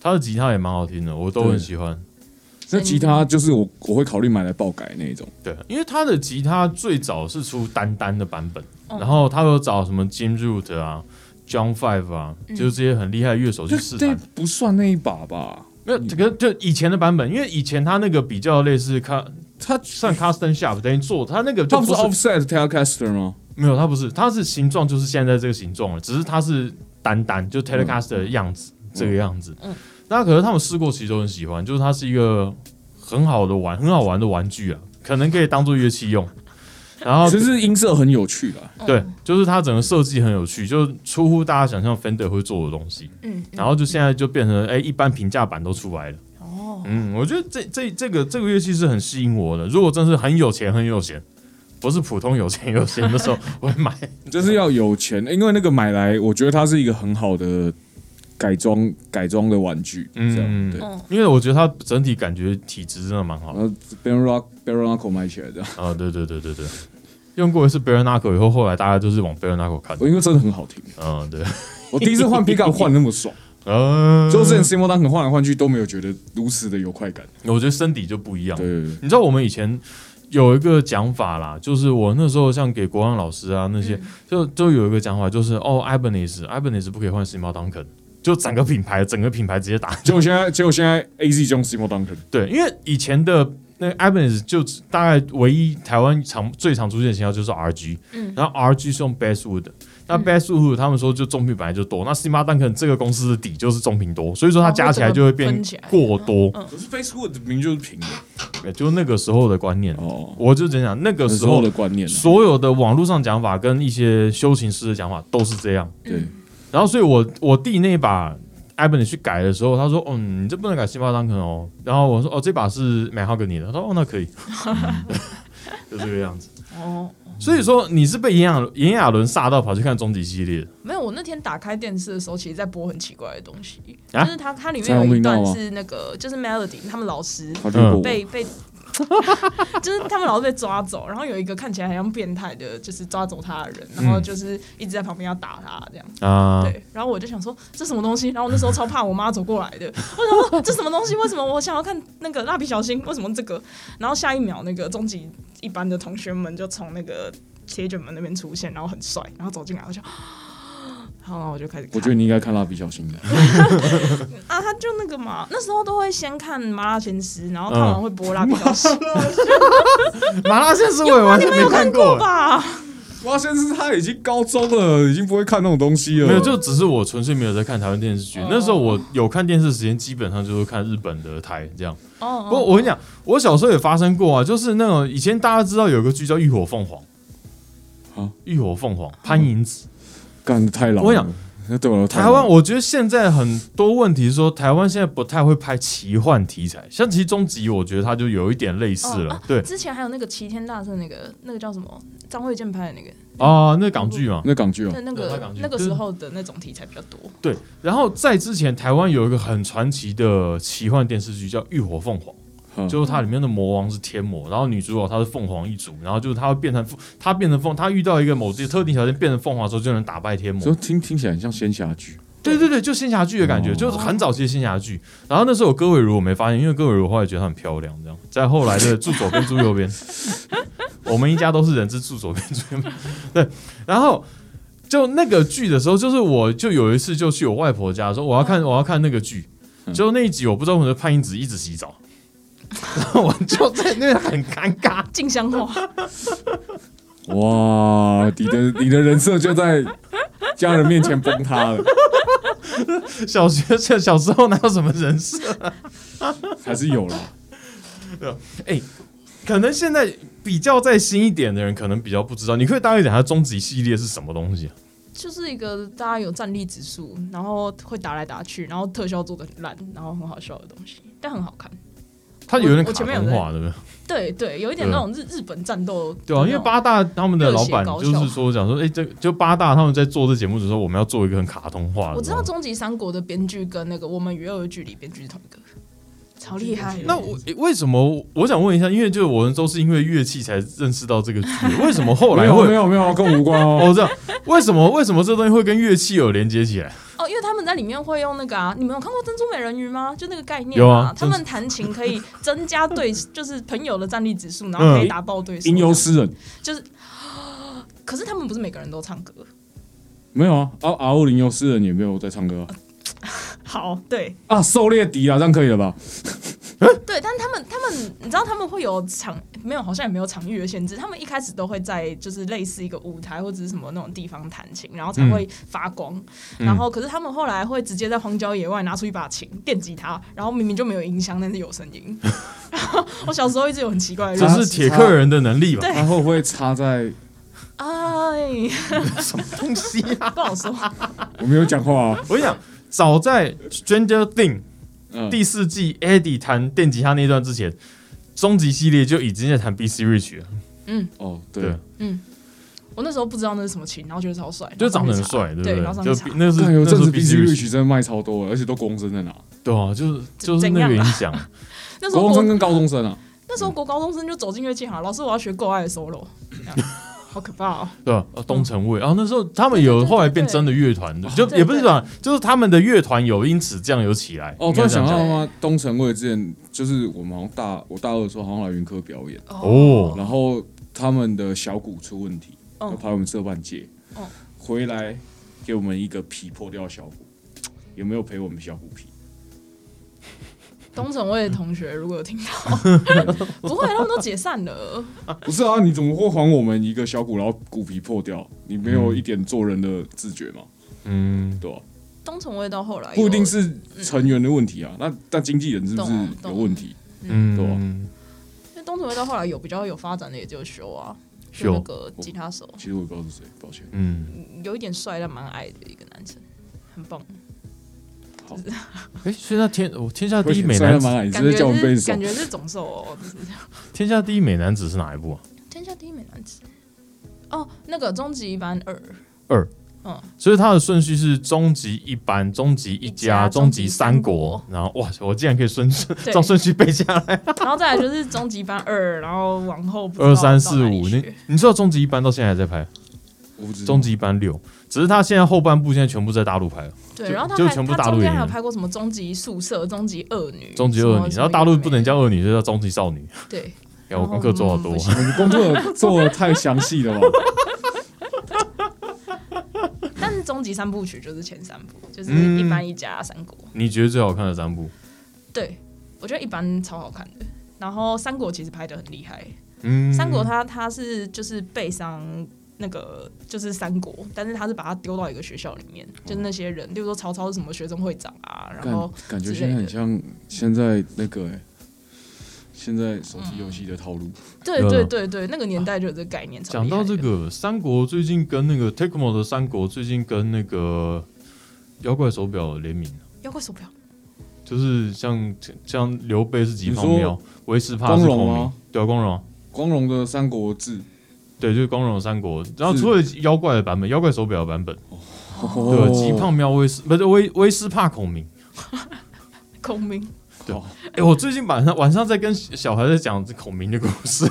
S2: 他的吉他也蛮好听的，我都很喜欢。
S3: 那吉他就是我我会考虑买来爆改那一种。
S2: 对，因为他的吉他最早是出单单的版本，
S4: 嗯
S2: 然后他有找什么 Jim Root 啊、John Five 啊，就是这些很厉害的乐手去试
S3: 这
S2: 弹。
S3: 不算那一把吧？
S2: 没有，这个就以前的版本，因为以前他那个比较类似 c
S3: 它
S2: 算 custom shop 等于做他那个
S3: 它
S2: 就
S3: 不
S2: 不
S3: 是
S2: 是
S3: offset telecaster 吗？
S2: 没有，他不是，他是形状就是现在这个形状了，只是它是单单就 telecaster 的样子、这个样子。
S4: 嗯
S2: 那可是他们试过，其实都很喜欢，就是它是一个很好的玩很好玩的玩具啊，可能可以当做乐器用。然后
S3: 其实音色很有趣啦。
S2: 对，就是它整个设计很有趣，就是出乎大家想象 Fender 会做的东西。
S4: 嗯，
S2: 然后就现在就变成哎、一般平价版都出来了。
S4: 哦，
S2: 嗯，我觉得这这这个这个乐器是很吸引我的。如果真是很有钱很有钱，不是普通有钱有钱的时候， *laughs* 我会买。
S3: 就是要有钱，因为那个买来，我觉得它是一个很好的改装改装的玩具，
S2: 嗯
S3: 这样对。
S4: 嗯，
S2: 因为我觉得它整体感觉体质真的蛮好
S3: 然
S2: 的
S3: 后 Baron Rock Baron Rock 买起来的，
S2: 啊！对对对对对，用过一次 Bare Knuckle 以后，后来大家都是往 Bare Knuckle 看
S3: 我。因为真的很好听，
S2: 嗯，对，
S3: 我第一次换 Pickup 换得那么爽，
S2: 嗯，
S3: 就是之前 Simon 可能换来换去都没有觉得如此的有快感。
S2: 我觉得身体就不一样。
S3: 对对对，
S2: 你知道我们以前有一个讲法啦，就是我那时候像给国安老师啊那些，
S4: 嗯
S2: 就就有一个讲法，就是哦 i b a n e s i b a n e s 不可以换 s i m o Duncan，就整个品牌整个品牌直接打 *laughs*
S3: 结果现在结果现在 AZ 就用 Simon Duncan，
S2: 对，因为以前的那个 i b a n e s 就只大概唯一台湾常最常出现的型号就是 RG，
S4: 嗯
S2: 然后 RG 是用 Basswood 的。那
S4: 嗯
S2: Basswood 他们说就中频本来就多，那 s i m a Duncan 这个公司的底就是中频多，所以说它
S4: 哦
S2: 加起来
S4: 会
S2: 就会
S4: 分
S2: 变
S4: 起来
S2: 过多，
S4: 嗯
S3: 可是 Facebook 的名就是平的
S2: 就那个时候的观念。
S3: 哦，
S2: 我就只讲那个
S3: 有
S2: 时
S3: 时
S2: 候
S3: 候的观念啊，
S2: 所有的网络上讲法跟一些修行师的讲法都是这样。
S3: 对，
S2: 然后，所以我我弟那一把 i b a n 去改的时候，他说：“哦，你这不能改星巴当肯哦。”然后我说：“哦，这把是 m a h o g a n y 的。”他说：“哦，那 *laughs* 可以。就这个样子。
S4: 哦，
S2: 所以说你是被炎亚炎亚纶煞到跑去看终极系列的
S4: 没有，我那天打开电视的时候，其实在播很奇怪的东西，
S2: 啊
S4: 就是它它里
S3: 彩
S4: 面
S3: 虹
S4: 有一
S3: 频道
S4: 段
S3: 吗
S4: 是那个就是 Melody 他们老师
S3: 他就
S2: 嗯
S3: 被
S4: 被被 *laughs* 就是他们老是被抓走，然后有一个看起来很像变态的，就是抓走他的人，然后就是一直在旁边要打他这样。
S3: 嗯
S2: 啊，
S4: 对，然后我就想说这什么东西，然后我那时候超怕我妈走过来的，我想说这什么东西，为什么我想要看那个蜡笔小新，为什么这个？然后下一秒那个终极一班的同学们就从那个铁卷门那边出现，然后很帅，然后走进来，我就。 *gasps* 好，然后我就开始看。
S3: 我觉得你应该看蜡笔小新的，
S4: 啊，他就那个嘛，那时候都会先看《麻辣鲜师》，然后看完会播蜡笔小新，
S3: 嗯
S4: *laughs*
S2: 麻辣鲜师我也完全没看过，
S4: 吧？
S3: 哇，先是他已经高中了，已经不会看那种东西了。
S2: 没有，就只是我纯粹没有在看台湾电视剧
S4: 哦。
S2: 那时候我有看电视时间，基本上就是看日本的台这样。
S4: 哦，
S2: 不过我跟你讲，我小时候也发生过啊，就是那种以前大家知道有个剧叫《浴火凤凰》
S3: 啊，
S2: 《浴火凤凰》潘迎紫。
S3: 干得太老了。
S2: 我想
S3: 那对我来说太
S2: 台
S3: 老了
S2: 湾，我觉得现在很多问题是说，台湾现在不太会拍奇幻题材，像其实终极，我觉得它就有一点类似了
S3: 啊
S4: 哦。
S2: 对
S4: 之前还有那个齐天大圣，那个那个叫什么？张卫健拍的那个，
S2: 啊，那港剧嘛，
S3: 那港剧哦
S4: 那，那
S2: 对他
S4: 个
S2: 港剧
S4: 那个时候的那种题材比较多。
S2: 对。然后在之前，台湾有一个很传奇的奇幻电视剧叫《浴火凤凰》。
S3: 嗯
S2: 就是它里面的魔王是天魔，然后女主角她是凤凰一族，然后就是她会变成凤，她变成凤，她遇到一个某些特定条件变成凤凰的时候就能打败天魔
S3: 所。以听听起来很像仙侠剧。
S2: 对对对，就仙侠剧的感觉，就是很早期的仙侠剧。然后那时候有歌伟如我没发现，因为歌伟如我后来觉得她很漂亮，这样。在后来的住左边住右边， *laughs* 我们一家都是人是住左边住右边。对，然后就那个剧的时候，就是我就有一次就去我外婆家说我要看我要看那个剧，结果那一集我不知道为什么潘英子一直洗澡， *laughs* 然后我就在那边很尴尬。
S4: 静香化，
S3: 哇，你的你的人设就在家人面前崩塌了，
S2: 小学小小时候哪有什么人设？
S3: 还是有啦。
S2: 哎、可能现在比较再新一点的人，可能比较不知道。你可以大概讲一下终极系列是什么东西啊？
S4: 就是一个大家有战力指数，然后会打来打去，然后特效做的很烂，然后很好笑的东西，但很好看。
S2: 它有点
S4: 我
S2: 卡
S4: 前面有
S2: 通化，对不对？
S4: 对对，有一点那种日日本战斗的那种，
S2: 啊对啊，因为八大他们的老板
S4: 热血
S2: 就
S4: 高校
S2: 是说讲说，哎、这就八大他们在做这节目的时候，我们要做一个很卡通化的。
S4: 我知道《终极三国》的编剧跟那个《我们与恶的距离》编剧是同一个，超厉害的。
S2: 那我诶为什么我想问一下？因为就是我们都是因为乐器才认识到这个剧，为什么后
S3: 没
S2: 来
S3: 有没
S2: 会？
S3: 有没有，跟我无关哦。
S2: 哦，这样为什么为什么这东西会跟乐器有连接起来？
S4: 哦，因为他们在里面会用那个啊，你们有看过《珍珠美人鱼》吗？就那个概念、
S2: 有啊
S4: 他们弹琴可以增加对，就是朋友的战力指数，然
S2: 嗯
S4: 后可以打爆对手。
S3: 吟游诗人
S4: 就是，可是他们不是每个人都唱歌。
S3: 没有啊，啊，R O 吟游诗人也没有在唱歌啊
S4: 好，对
S3: 啊，狩猎敌啊，这样可以了吧？
S4: 对，但他们他们，你知道他们会有场没有，好像也没有场域的限制。他们一开始都会在就是类似一个舞台或者是什么那种地方弹琴，然后
S2: 嗯
S4: 才会发光。然后可是他们后来会直接在荒郊野外拿出一把琴电吉他，然后明明就没有音箱，但是有声音。 *laughs* 然后我小时候一直有很奇怪的
S2: 这
S4: 认
S2: 是
S4: 知，
S2: 铁克人的能力吧？
S3: 他会不会插在？
S4: 哎，
S2: 什么东西啊？
S4: 不好说。
S3: 我没有讲话啊。
S2: 我跟你讲，早在 Stranger Thing
S3: 嗯，
S2: 第四季 Eddie 弹电吉他那段之前，终极系列就已经在弹 B C Rich 了，
S3: 哦，对
S2: 对，，
S4: 我那时候不知道那是什么琴，然后觉得超帅，
S2: 就长得很
S4: 然后
S2: 帅，
S4: 上去查
S2: 不
S4: 哦对，然后
S2: 对？
S4: 上
S2: 就
S4: 去
S2: 比
S4: 查
S2: 那是
S3: 但有
S2: 那
S3: 阵
S2: 时
S3: 子
S2: 候
S3: B
S2: B
S3: C
S2: C
S3: Rich
S2: Rich，
S3: 哎真的卖超多了，而且都国中生在拿，
S2: 对啊，就是就是
S4: 怎
S2: 那
S4: 样啊
S2: 个影响，
S4: 那时
S3: 国
S4: 候
S3: 中生
S4: 国
S3: 跟高中生啊。
S4: 那时候国高中生就走进乐器行，老师我要学够爱的 solo，这
S2: *laughs*
S4: 样好可怕哦！
S2: 对吧？呃东城卫，然后那时候他们有
S4: 对对对
S2: 后来变真的乐团，
S4: 对
S2: 就
S4: 对
S2: 也不是讲，就是他们的乐团有因此这样有起来。
S3: 哦，突然想
S2: 应该这
S3: 到
S2: 样讲
S3: 他妈东城卫之前就是我们好像大我大二的时候好像来云科表演，
S2: 哦，
S3: 然后他们的小鼓出问题，
S4: 嗯
S3: 就跑我们社办借
S4: 嗯，
S3: 回来给我们一个皮破掉的小鼓，有没有赔我们小鼓皮？
S4: 东城卫的同学如果有听
S2: *laughs*
S4: 到，不会，他们都解散了。
S3: 不是啊，你怎么会还我们一个小鼓，然后鼓皮破掉？你没有一点做人的自觉吗？
S2: 嗯，
S3: 对吧、
S4: 东城卫到后来有
S3: 不一定，是成员的问题啊，那那经纪人是不是
S4: 哎懂啊懂
S3: 有问题？对啊
S2: 嗯，
S4: 因为东城卫到后来有比较有发展的，也就修啊，
S2: 修
S4: 就那个吉他手，
S3: 其实我也不知道是谁，抱歉。
S2: 嗯，
S4: 有一点帅但蛮矮的一个男生，很棒，
S2: 哎，所以那天哦，天下
S3: 而
S2: 第
S3: 且
S2: 一美
S3: 塞
S2: 男
S3: 纳
S2: 子
S3: 马，奶，你直
S4: 感觉
S3: 接叫我们背
S4: 是
S3: 手
S4: 感，觉是总兽哦，就是
S2: 天下第一美男子是哪一部啊？
S4: 天下第一美男子。哦，那个终极一班二
S2: 二，
S4: 嗯嗯，
S2: 所以它的顺序是终极一班、终极一
S4: 一
S2: 家、
S4: 家
S2: 终极三
S4: 啊终
S2: 国
S4: 极，
S2: 然后哇，我竟然可以顺顺
S4: *laughs* 对
S2: 照顺序背下
S4: *laughs*
S2: 来，
S4: 然后再来就是终极班二，然后往后不知道
S2: 二三四
S4: 到哪里
S2: 五，
S4: 去
S2: 你你知道终极一班到现在还在拍，
S4: 嗯
S3: 我不知道
S2: 终
S4: *laughs*
S2: 极一班六，只是它现在后半部现在全部在大陆拍了，
S4: 对，
S2: 就
S4: 然后
S2: 就
S4: 他还
S2: 全部
S4: 他
S2: 大陆
S4: 中间
S2: 演
S4: 还有
S2: 员
S4: 拍过什么终极宿舍、终极恶女、
S2: 终极
S4: 什
S2: 恶
S4: 么
S2: 女，
S4: 什
S2: 然后
S4: 么
S2: 大
S4: 有
S2: 陆
S4: 的
S2: 不
S4: 没
S2: 能
S4: 的
S2: 叫恶女，就叫终极少女。
S4: 对，
S2: 要我功课做好多
S4: 嗯不，行
S3: 你们工作做的太详细了吧？
S4: 但是终极三部曲就是前三部，就是
S2: 嗯
S4: 一般一家三国。
S2: 你觉得最好看的三部？
S4: 对，我觉得一般超好看的。然后三国其实拍的很厉害，
S2: 嗯，
S4: 三国它它是就是背上那个就是三国，但是它是把它丢到一个学校里面，
S2: 哦
S4: 就是那些人，例如说曹操是什么学生会长啊，然
S3: 感
S4: 后
S3: 感觉
S4: 之类
S3: 现在
S4: 的嗯
S3: 很像现在那个、欸，现在手机游戏的套
S4: 嗯
S3: 路。
S4: 对
S2: 有
S4: 对
S2: 了
S4: 对对，那个年代就有这个概念。超
S2: 讲
S4: 厉害
S2: 到
S4: 的
S2: 这，个三国，最近跟那个 Tecmo 的三国最近跟那个妖怪手表联名，
S4: 妖怪手表
S2: 就是像像刘备是
S3: 你
S2: 几方
S3: 说
S2: 喵，维斯帕
S3: 光
S2: 是
S3: 荣
S2: 孔明
S3: 吗，
S2: 对啊，光荣啊，
S3: 光荣的《三国志
S2: 对，就是光荣的三国。然后除了妖怪的版本，妖怪手表的版本，》
S3: 哦
S2: 对
S3: *laughs*
S4: 哦
S2: 啊，极胖喵威斯不是威威斯帕孔明。
S4: 孔明，
S2: 哎、我最近晚上晚上在跟小孩在讲这孔明的故事，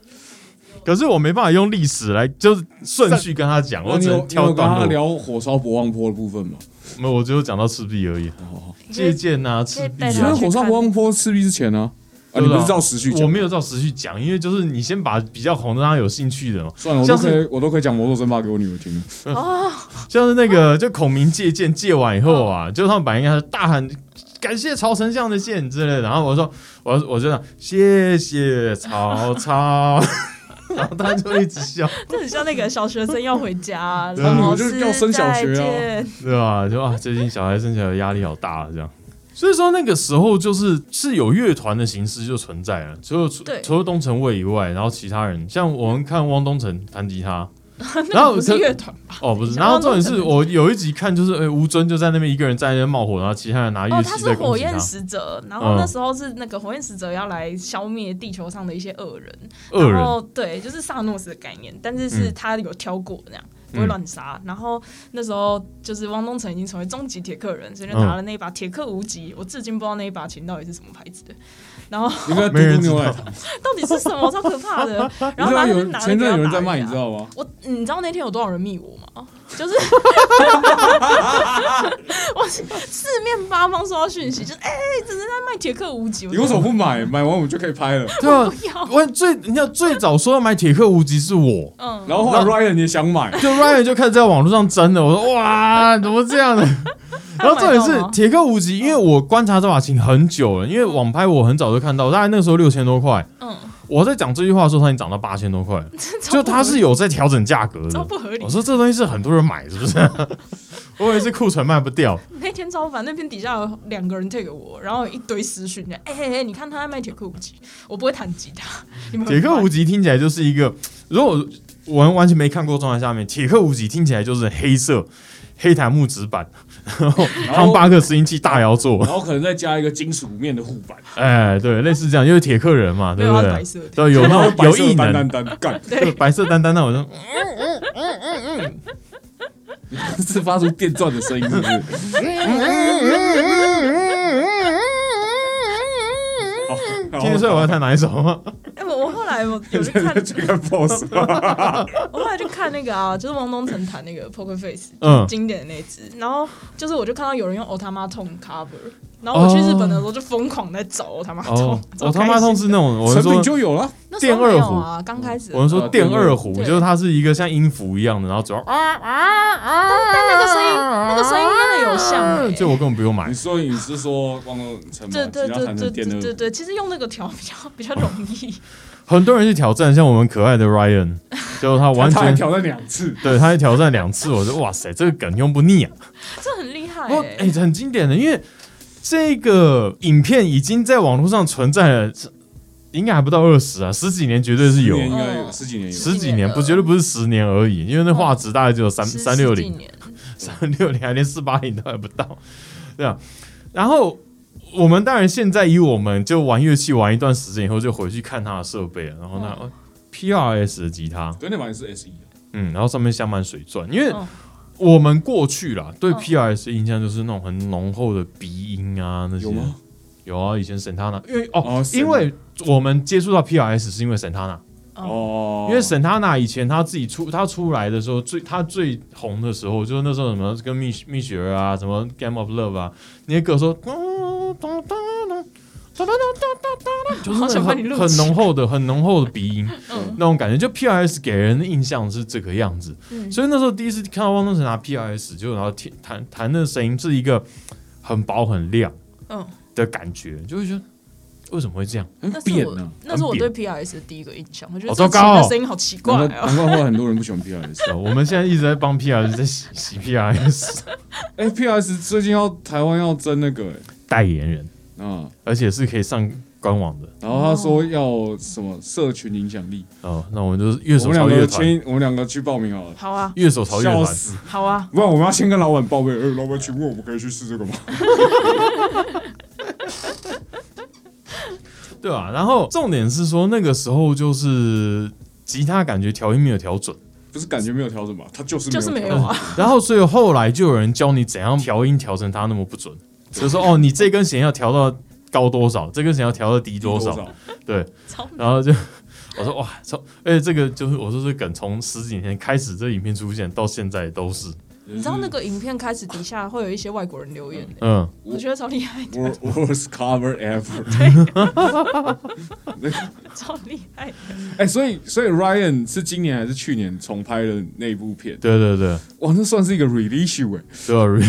S2: *laughs* 可是我没办法用历史来就是顺序跟他讲，
S3: 那
S2: 我
S3: 你
S2: 只
S3: 有
S2: 能
S3: 你有
S2: 挑
S3: 跟他
S2: 段落。
S3: 聊火烧博望坡的部分吗？
S2: 没有，我只有讲到赤壁而已，
S3: 哦，
S2: 借鉴啊，赤壁
S4: 可以
S3: 所
S4: 带
S3: 以
S2: 啊
S4: 他。
S3: 火烧博望坡赤壁之前呢、啊，啊，你
S2: 对
S3: 不
S2: 啊
S3: 是照时序
S2: 我
S3: 讲？
S2: 没有照时序讲，因为就是你先把比较红的让他有兴趣的嘛，
S3: 算了，我都
S2: 像是
S3: 可以，我都可以讲《魔兽争霸》给我女儿
S2: *laughs*
S3: 听了。
S2: 像是那个就孔明借剑借完以后啊，就他们把应该大喊感谢曹丞相的剑之类的，然后我说我我就这样谢谢曹操， *laughs* 然后他就一直笑，
S4: 这很像那个小学生要回家，
S2: 对啊
S4: 然后
S3: 就是要升小学啊
S2: 对吧？就啊，最近小孩生起来压力好大，啊这样。所以说那个时候就是是有乐团的形式就存在了，除了除
S4: 对
S2: 除了东城卫以外，然后其他人像我们看汪东城弹吉
S4: *laughs*
S2: 他，然
S4: 然
S2: 后
S4: 后是乐团吧？
S2: 哦，不是，
S4: 你
S2: 然后重点
S4: 想
S2: 是我有一集看，就是呃，吴尊就在那边一个人在那边冒火，然后其他人拿
S4: 哦，
S2: 乐
S4: 他
S2: 器
S4: 是
S2: 在攻
S4: 火
S2: 击他
S4: 焰。使者，然
S2: 嗯
S4: 后那时候是那个火焰使者要来消灭地球上的一些恶人，
S2: 恶
S4: 然
S2: 人，
S4: 后对，就是萨诺斯的概念，但是是
S2: 嗯
S4: 他有挑过那样。不会乱杀，然后那时候就是汪东城已经成为终极铁克人，所以就拿了那一把铁克无极。我至今不知道那一把琴到底是什么牌子的，然后 *laughs*
S3: 你在
S2: 没人
S3: 嘟嘟
S2: 知
S3: 牛奶
S2: 道，
S3: 糖，
S4: 到底是什么超可怕的。
S3: 你
S4: 然后
S3: 知道
S4: 他
S3: 有
S4: 就
S3: 人
S4: 拿了
S3: 前阵有人在卖，
S4: 卖，
S3: 你知道吗？
S4: 我你知道那天有多少人密我吗？就是 *laughs* 我四面八方收到讯息，就是哎，只是在卖铁克无极。我
S3: 你为什么不买？买完我们就可以拍
S4: 嗯
S3: 了。
S2: 对啊，
S4: 不要？
S2: 我最你看最早说要买铁克无极是我，
S4: 嗯，
S3: 然后后来 Ryan 也想买，
S2: 就 Ryan 就开始在网络上争了，我说哇，怎么这样呢？然后重点
S4: 他有买
S2: 是
S4: 到吗
S2: 铁克无极，因为我观察这把琴很久了，因为网拍我很早就看到，大概那个时候六千多块。
S4: 嗯，
S2: 我在讲这句话的时候，它已经涨到八千多块了，就它是有在调整价格
S4: 超
S2: 的。
S4: 不合理
S2: 我。说这东西是很多人买，是不 *laughs* 是？我以为是库存卖不掉。
S4: 那天超烦，那边底下有两个人退给我，然后有一堆私讯，哎哎哎，你看他在卖铁克舞吉，我不会弹吉他，你
S2: *laughs*
S4: 们
S2: 铁克无
S4: 舞
S2: 极听起来就是一个，如果我们完全没看过状态下面，铁克无极听起来就是黑色黑檀木纸板， *laughs* 然后
S3: 后
S2: 汤巴克拾音器大摇座，
S3: 然后可能再加一个金属面的护板，
S2: 哎，对，类似这样，因为铁克人嘛，
S4: 没
S2: 对
S4: 有
S2: 不
S4: 他啊是
S2: 对？
S4: 白色的，
S2: 对，有
S3: 然
S2: 那
S3: 后
S2: 种
S3: 白
S2: 有
S3: 色
S2: 异
S3: 单
S2: 能
S3: 单，单干，
S2: 对，白色单单那我就
S3: *laughs* 是发出电钻的声音，是 *laughs* 不是？好，然后
S2: 今天 *laughs* 睡我要弹哪一首吗？
S4: 哎，我我后来我有去看，
S2: *laughs*
S3: 这个 *laughs* pose，
S4: 我后来去看那个啊，就是汪东城弹那个 Poker Face
S2: 嗯，
S4: 经典的那一支，然后就是我就看到有人用 Otama t o n cover，然后我去日本的时候就疯狂在找 Otama t o
S2: 哦
S4: *laughs* n，
S2: 我他妈痛是那种，我是
S3: 成品
S2: 说。
S3: 就有了。
S4: 那时候没有啊，刚开始的时候，
S2: 我们说
S3: 呃
S2: 电
S3: 电
S2: 二
S3: 二
S2: 胡，
S4: 对
S2: 就是它是一个像音符一样的，然后主要 *laughs* 啊，
S4: 但那个声音，那个声音真的有像、欸，
S2: 就我根本不用买
S3: 你，说你是说汪东城吗？
S4: 对对
S3: 吉他
S4: 对
S3: 弹
S4: 对
S3: 成电
S4: 对
S3: 的
S4: 对对，其实用那个调比较 *laughs* 比较容易。 *laughs*
S2: 很多人去挑战，像我们可爱的 Ryan，就
S3: 他
S2: 他完
S3: 他还
S2: 全
S3: 挑战两次，
S2: *laughs* 对，他还挑战两次，我说哇塞，这个梗用不腻啊！
S4: 这很厉害、
S2: 不过
S4: 欸，
S2: 哎、很经典的，因为这个影片已经在网络上存在了，应该还不到二十啊，十几年绝对是有
S3: 十年应
S2: 啊，
S3: 该有十几年有。
S2: 十几
S4: 年
S2: 年
S4: 了
S2: 不绝对不是十年而已，因为那画质大概只有三
S4: 十
S2: 三六，
S4: 十
S2: 零
S4: 几、年
S2: 三六零，还连四八零都还不到，对啊。然后我们当然现在以我们就玩乐器玩一段时间以后，就回去看他的设备了，然后那 P R S 的吉他，
S3: 对，那把也是 S E，
S2: 嗯，然后上面镶满水钻，因为
S4: 嗯
S2: 我们过去啦，对
S4: 嗯
S2: PRS 印象就是那种很浓厚的鼻音啊那些
S3: 有。吗？
S2: 有啊，以前 Santana，因为哦，
S3: 哦
S2: 因为我们接触到 PRS 是因为 Santana，
S3: 哦，
S2: 因为 Santana 以前他自己出他出来的时候最他最红的时候，就是那时候什么跟蜜蜜雪儿啊，什么 Game of Love 啊，那些歌说，就是
S4: *laughs* 好
S2: 那
S4: 想
S2: 种
S4: 把你
S2: 很
S4: 录
S2: 很
S4: 起
S2: 浓厚的、很浓厚的鼻音
S4: 嗯
S2: 那种感觉，就 PRS 给人的印象是这个样子。
S4: 嗯
S2: 所以那时候第一次看到汪东城拿 PRS，就然后听弹弹的声音是一个很薄很亮
S4: 嗯，
S2: 的感觉，就会觉得为什么会这样？
S3: 很
S4: 那是
S3: 扁
S4: 我
S3: 啊，
S4: 那是我对 PRS 的第一个印象，我觉得
S2: 好
S4: 这
S2: 糟
S4: 个
S2: 糕哦
S4: 琴的声音好奇怪
S3: 难怪
S4: 哦。
S3: 难怪后来很多人不喜欢
S2: *laughs*
S3: PRS。
S2: 对呃我们现在一直在帮 PRS 在洗洗 PRS
S3: 哎，PRS 最近要台湾要争那个
S2: 代言人，
S3: 哎啊，
S2: 而且是可以上官网的
S3: 然后他说要什么社群影响力，
S2: 哦。那我们就是乐
S3: 我
S2: 手
S3: 们
S2: 潮
S3: 两个
S2: 乐团，
S3: 签，我们两个去报名好了。
S4: *laughs* 好啊，
S2: 乐手潮乐
S3: 笑
S2: 团，
S3: 死！
S4: 好啊，
S3: 不然我们要先跟老板报备，哎，老板，请问我们可以去试这个吗？
S2: 对吧、然后重点是说那个时候就是吉他感觉调音没有调准。
S3: 不是感觉没有调整吧？他就是
S4: 就是没
S3: 没
S4: 有
S3: 调
S4: 啊。
S2: *laughs* 然后，所以后来就有人教你怎样调音调成它那么不准，就说哦，你这根弦要调到高多少，这根弦要调到低多少，？对，
S4: 超
S2: 然后就我说哇，操！而且这个就是我说这梗从十几年前开始，这影片出现到现在都是，
S3: 你
S4: 你知道那个影片开始底下会有一些外国人留言欸，
S2: 嗯，
S4: 我觉得超厉害的， *laughs*
S3: World worst cover ever？
S4: 超厉害的。
S3: 哎，所以所以 Ryan 是今年还是去年重拍的那部片？
S2: 对对对
S3: 哇，那算是一个 release 哎。
S2: ，sorry，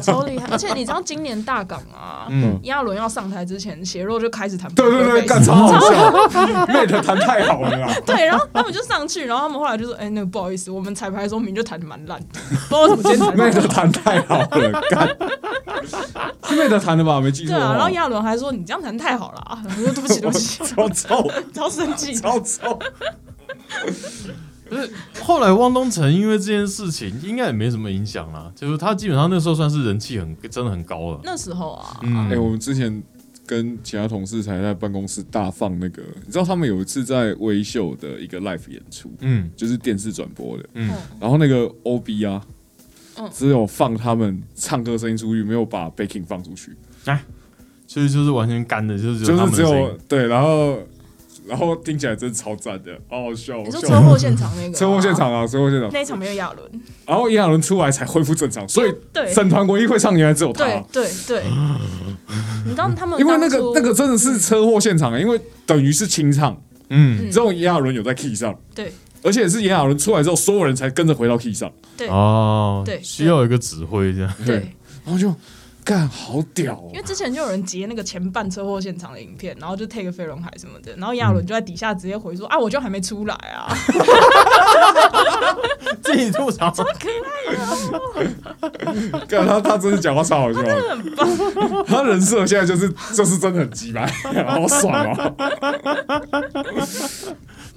S4: 超厉害！而且你知道今年大港啊，
S2: 嗯，
S4: 炎亚纶要上台之前，血肉就开始弹，
S3: 对对对，干超好
S4: *laughs*
S3: 笑，Mate 弹太好了啦。
S4: 对，然后他们就上去，然后他们后来就说：“哎、那个不好意思，我们彩排的时候明明就弹的蛮烂的，不知道怎么
S3: *laughs*
S4: 今天弹得
S3: Mate 弹太
S4: 蛮好。
S3: 好了，干是 Mate 弹的吧？没记”错哦
S4: 对
S3: 的话。
S4: 啊，然后炎亚纶还说：“你这样弹太好了啊！”我说：“对不起，对不
S3: *laughs*
S4: 起，
S3: 超臭，
S4: *laughs* 超生
S3: *laughs*
S4: 气。
S3: 超臭。
S2: 后来汪东城因为这件事情应该也没什么影响啦，就是他基本上那时候算是人气很真的很高了”，
S4: 那时候啊，
S2: 嗯，
S3: 哎，我们之前跟其他同事才在办公室大放那个，你知道他们有一次在微秀的一个 live 演出，
S2: 嗯
S3: 就是电视转播的，
S2: 嗯，
S3: 然后那个 OB 啊
S4: 嗯，
S3: 只有放他们唱歌声音出去，没有把 backing 放出去，
S4: 哎
S2: 所以就是完全干的，就是
S3: 就
S2: 他
S3: 是
S2: 们
S3: 只
S2: 的声音
S3: 有对，然后然后听起来真的超赞的，好好笑。
S4: 你
S3: 好
S4: 说
S3: 笑
S4: 车祸现场那个、
S3: *laughs* 车祸现，场啊，车祸现场。
S4: 那一场没有亚纶，
S3: 然后炎亚纶出来才恢复正常，所以
S4: 对
S3: 整团国艺会唱原来只有他，
S4: 对对
S3: *laughs*
S4: 对，你知道他们
S3: 因为那个
S4: 当初
S3: 那个真的是车祸现场、因为等于是清唱，
S2: 嗯
S4: 嗯
S3: 只有炎亚纶有在 key 上，
S4: 对
S3: 而且是炎亚纶出来之后，所有人才跟着回到 key 上，
S4: 对
S2: 哦，
S4: 对
S2: 需要有一个指挥这样。
S4: 对，
S3: 然后就干好屌、哦
S4: 因为之前就有人截那个前半车祸现场的影片，然后就 take 飞轮海什么的，然后亚纶就在底下直接回说、啊，我就还没出来啊， *laughs*
S2: *laughs* 自己吐槽。
S4: 啊
S3: 干他他真的讲话超好笑的， *laughs* 他人设现在就是就是真的很鸡掰， *laughs* 好爽哦、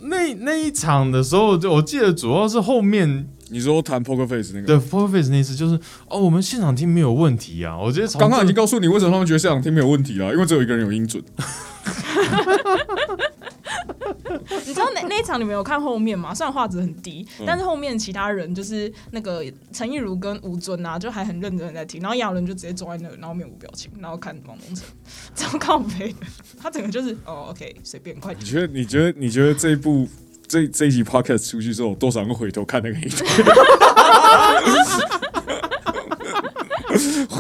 S2: 那那一场的时候，就我记得主要是后面
S3: 你说弹 Poker Face 那个，
S2: 的 p o r f a c e 那一次，就是哦，我们现场听没有问题啊。我觉得从
S3: 刚刚已经
S2: 这
S3: 告诉你为什么他们觉得现场听没有问题了，因为只有一个人有音准，
S4: 你知道那那一场你们有看后面吗？虽然画质很低，但是后面其他人就是那个陈亦儒跟吴尊啊，就还很认真的在听，然后亚伦就直接坐在那里，然后面无表情，然后看王东城，超靠背的，他整个 *laughs* 就是哦，OK，随便快
S3: 你
S4: 点。
S3: 觉得？你觉得？你觉得这一部这这一集 podcast 出去之后，多少人会回头看那个影片？ *laughs*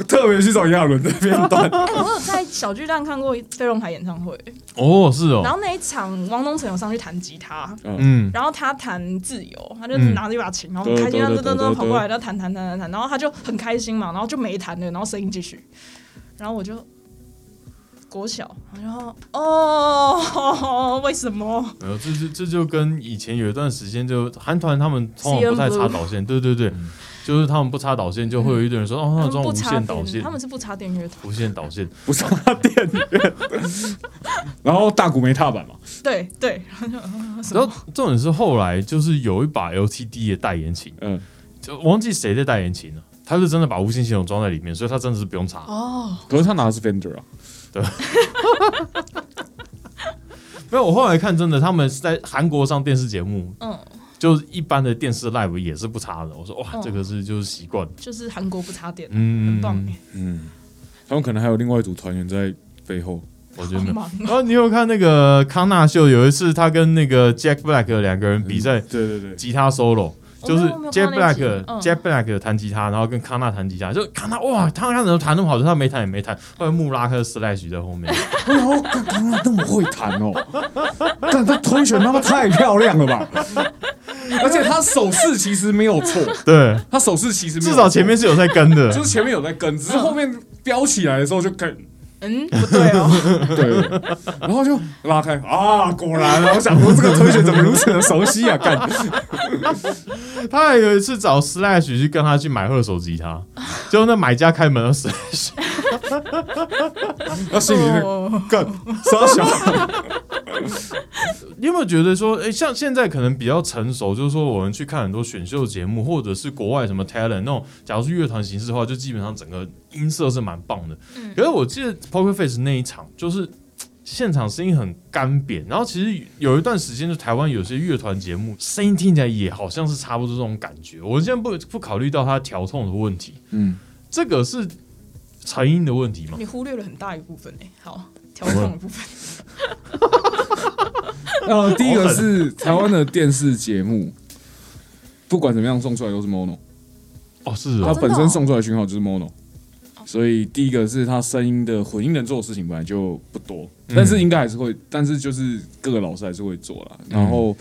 S3: 特别去找亚伦那边端，
S4: *laughs*
S3: *laughs*
S4: 哎、我有 *laughs* 在小巨蛋看过飞龙海演唱会，
S2: 哦是
S4: 然
S2: 哦，
S4: 后那一场汪东城有上去弹吉他，
S2: 嗯，
S4: 然后他弹自由，他就
S2: 嗯
S4: 拿着一把琴，然后很开心，
S3: 对
S4: 他
S3: 对
S4: 噔噔
S3: 对对
S4: 噔
S3: 对
S4: 跑过来，然后弹弹弹弹弹，然后他就很开心嘛，然后就没弹了，然后声音继续，然后我就国小，然后哦， *laughs* 为什么？
S2: 没有，呃这就这就跟以前有一段时间，就韩团他们通常不太
S4: CN
S2: 插导线，对对对，就是他们不插导线，就会有一堆人说哦，他
S4: 他
S2: 们
S4: 们
S2: 装
S4: 不
S2: 无
S4: 插
S2: 线导
S4: 电，
S2: 线
S4: 他，们是不插电乐团，
S2: 无线导线，
S3: 不是他电源，然后大鼓没踏板嘛，
S4: 对对，
S2: 然后重点是后来就是有一把 LTD 的代言琴，
S3: 嗯，
S2: 就忘记谁在代言琴了，他是真的把无线系统装在里面，所以他真的是不用插。
S4: 哦，
S3: 可是他拿的是 Fender 啊，
S2: 没有，我后来看真的，他们是在韩国上电视节目，
S4: 嗯，
S2: 就是一般的电视 live 也是不差的。我说哇，
S4: 哦
S2: 这个是就是习惯，
S4: 就是韩国不插电，
S2: 嗯
S4: 很棒，
S3: 嗯，他们可能还有另外一组团员在背后。
S2: 我觉得
S4: 好
S2: 没有。
S4: 忙
S2: *laughs* 然后你有看那个康纳秀，有一次他跟那个 Jack Black 两个人比赛
S3: 对对对，
S2: 吉他 solo，
S4: 哦
S2: 就是
S4: 没有没有
S2: Jack
S4: 看到那集
S2: Black、
S4: 嗯
S2: Jack Black 弹吉他，然后跟康纳弹吉他，就康纳哇，他他能弹那么好，他没弹也没弹，后来穆拉克 Slash
S3: *laughs*
S2: 在后面，
S3: 哎呦，干刚刚那么会弹 *laughs* 哦，但他推选他妈太漂亮了吧！ *laughs* 而且他手势其实没有错，
S2: 对，
S3: 他手势其实没有
S2: 至少前面是有在跟的
S3: 错，就是前面有在跟，只是后面飙起来的时候就跟
S4: 嗯，不对
S2: *laughs*
S4: 哦，
S3: 对，然后就拉开啊，果然啊！我想说这个推选怎么如此的熟悉啊？干，
S2: 他还有一次找 Slash 去跟他去买二手吉
S3: *laughs*
S2: 他，结果那买家开门，Slash
S3: 然后心里就
S4: 哦
S3: 干傻小，
S2: 你有没有觉得说，哎、像现在可能比较成熟，就是说我们去看很多选秀节目，或者是国外什么 talent 那种，假如是乐团形式的话，就基本上整个音色是蛮棒的。可是我记得 Poker Face 那一场，就是嘖现场声音很干扁，然后其实有一段时间，就台湾有些乐团节目声音听起来也好像是差不多这种感觉。我现在不不考虑到它调痛的问题，
S3: 嗯，
S2: 这个是成因的问题吗？
S4: *laughs* 你忽略了很大一部分哎，好，调控的部分，
S2: 嗯
S3: 呃，第一个是台湾的电视节目，不管怎么样送出来都是 mono，
S2: 哦，是
S3: 它
S2: 哦，
S3: 本身送出来的讯号就是 mono，所以第一个是它声音的混音能做的事情本来就不多，
S2: 嗯
S3: 但是应该还是会，但是就是各个老师还是会做
S2: 嗯
S3: 啦。然后，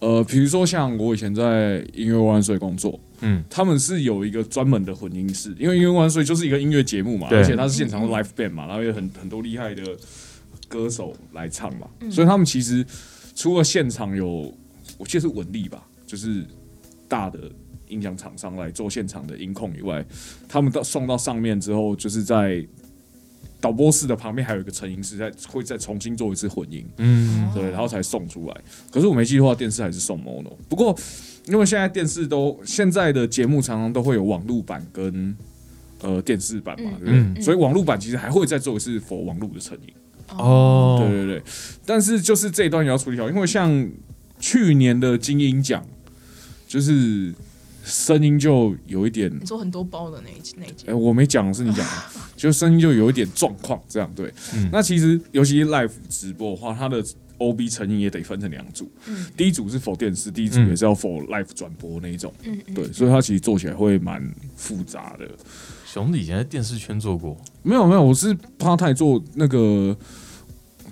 S3: 呃，比如说像我以前在音乐万岁工作，
S2: 嗯
S3: 他们是有一个专门的混音室，因为音乐万岁就是一个音乐节目嘛，
S2: 对
S3: 而且它是现场的 live band 嘛，然后有很很多厉害的歌手来唱嘛，
S2: 嗯
S3: 所以他们其实除了现场有，我记得是文力吧，就是大的音响厂商来做现场的音控以外，他们到送到上面之后，就是在导播室的旁边还有一个成音室，在会再重新做一次混音，
S2: 嗯，
S3: 对，然后才送出来。可是我没记错的话，电视还是送 mono。不过，因为现在电视都现在的节目常常都会有网络版跟呃电视版嘛，对不对？
S2: 嗯
S3: 所以网络版其实还会再做一次否网络的成音。
S2: 哦，
S3: 对对对，但是就是这一段也要处理好，因为像去年的金鹰奖，就是声音就有一点，
S4: 你说很多包的那一集那一集
S3: 哎、，我没讲是你讲的，就声音就有一点状况，这样对。
S2: 嗯
S3: 那其实尤其 live 直播的话，它的 OB 成音也得分成两组，
S4: 嗯
S3: 第一组是否电视，第一组
S2: 嗯
S3: 也是要否 live 转播那一种，
S4: 嗯嗯，
S3: 对，所以它其实做起来会蛮复杂的。
S2: 熊子以前在电视圈做过，
S3: 没有没有，我是怕太做那个，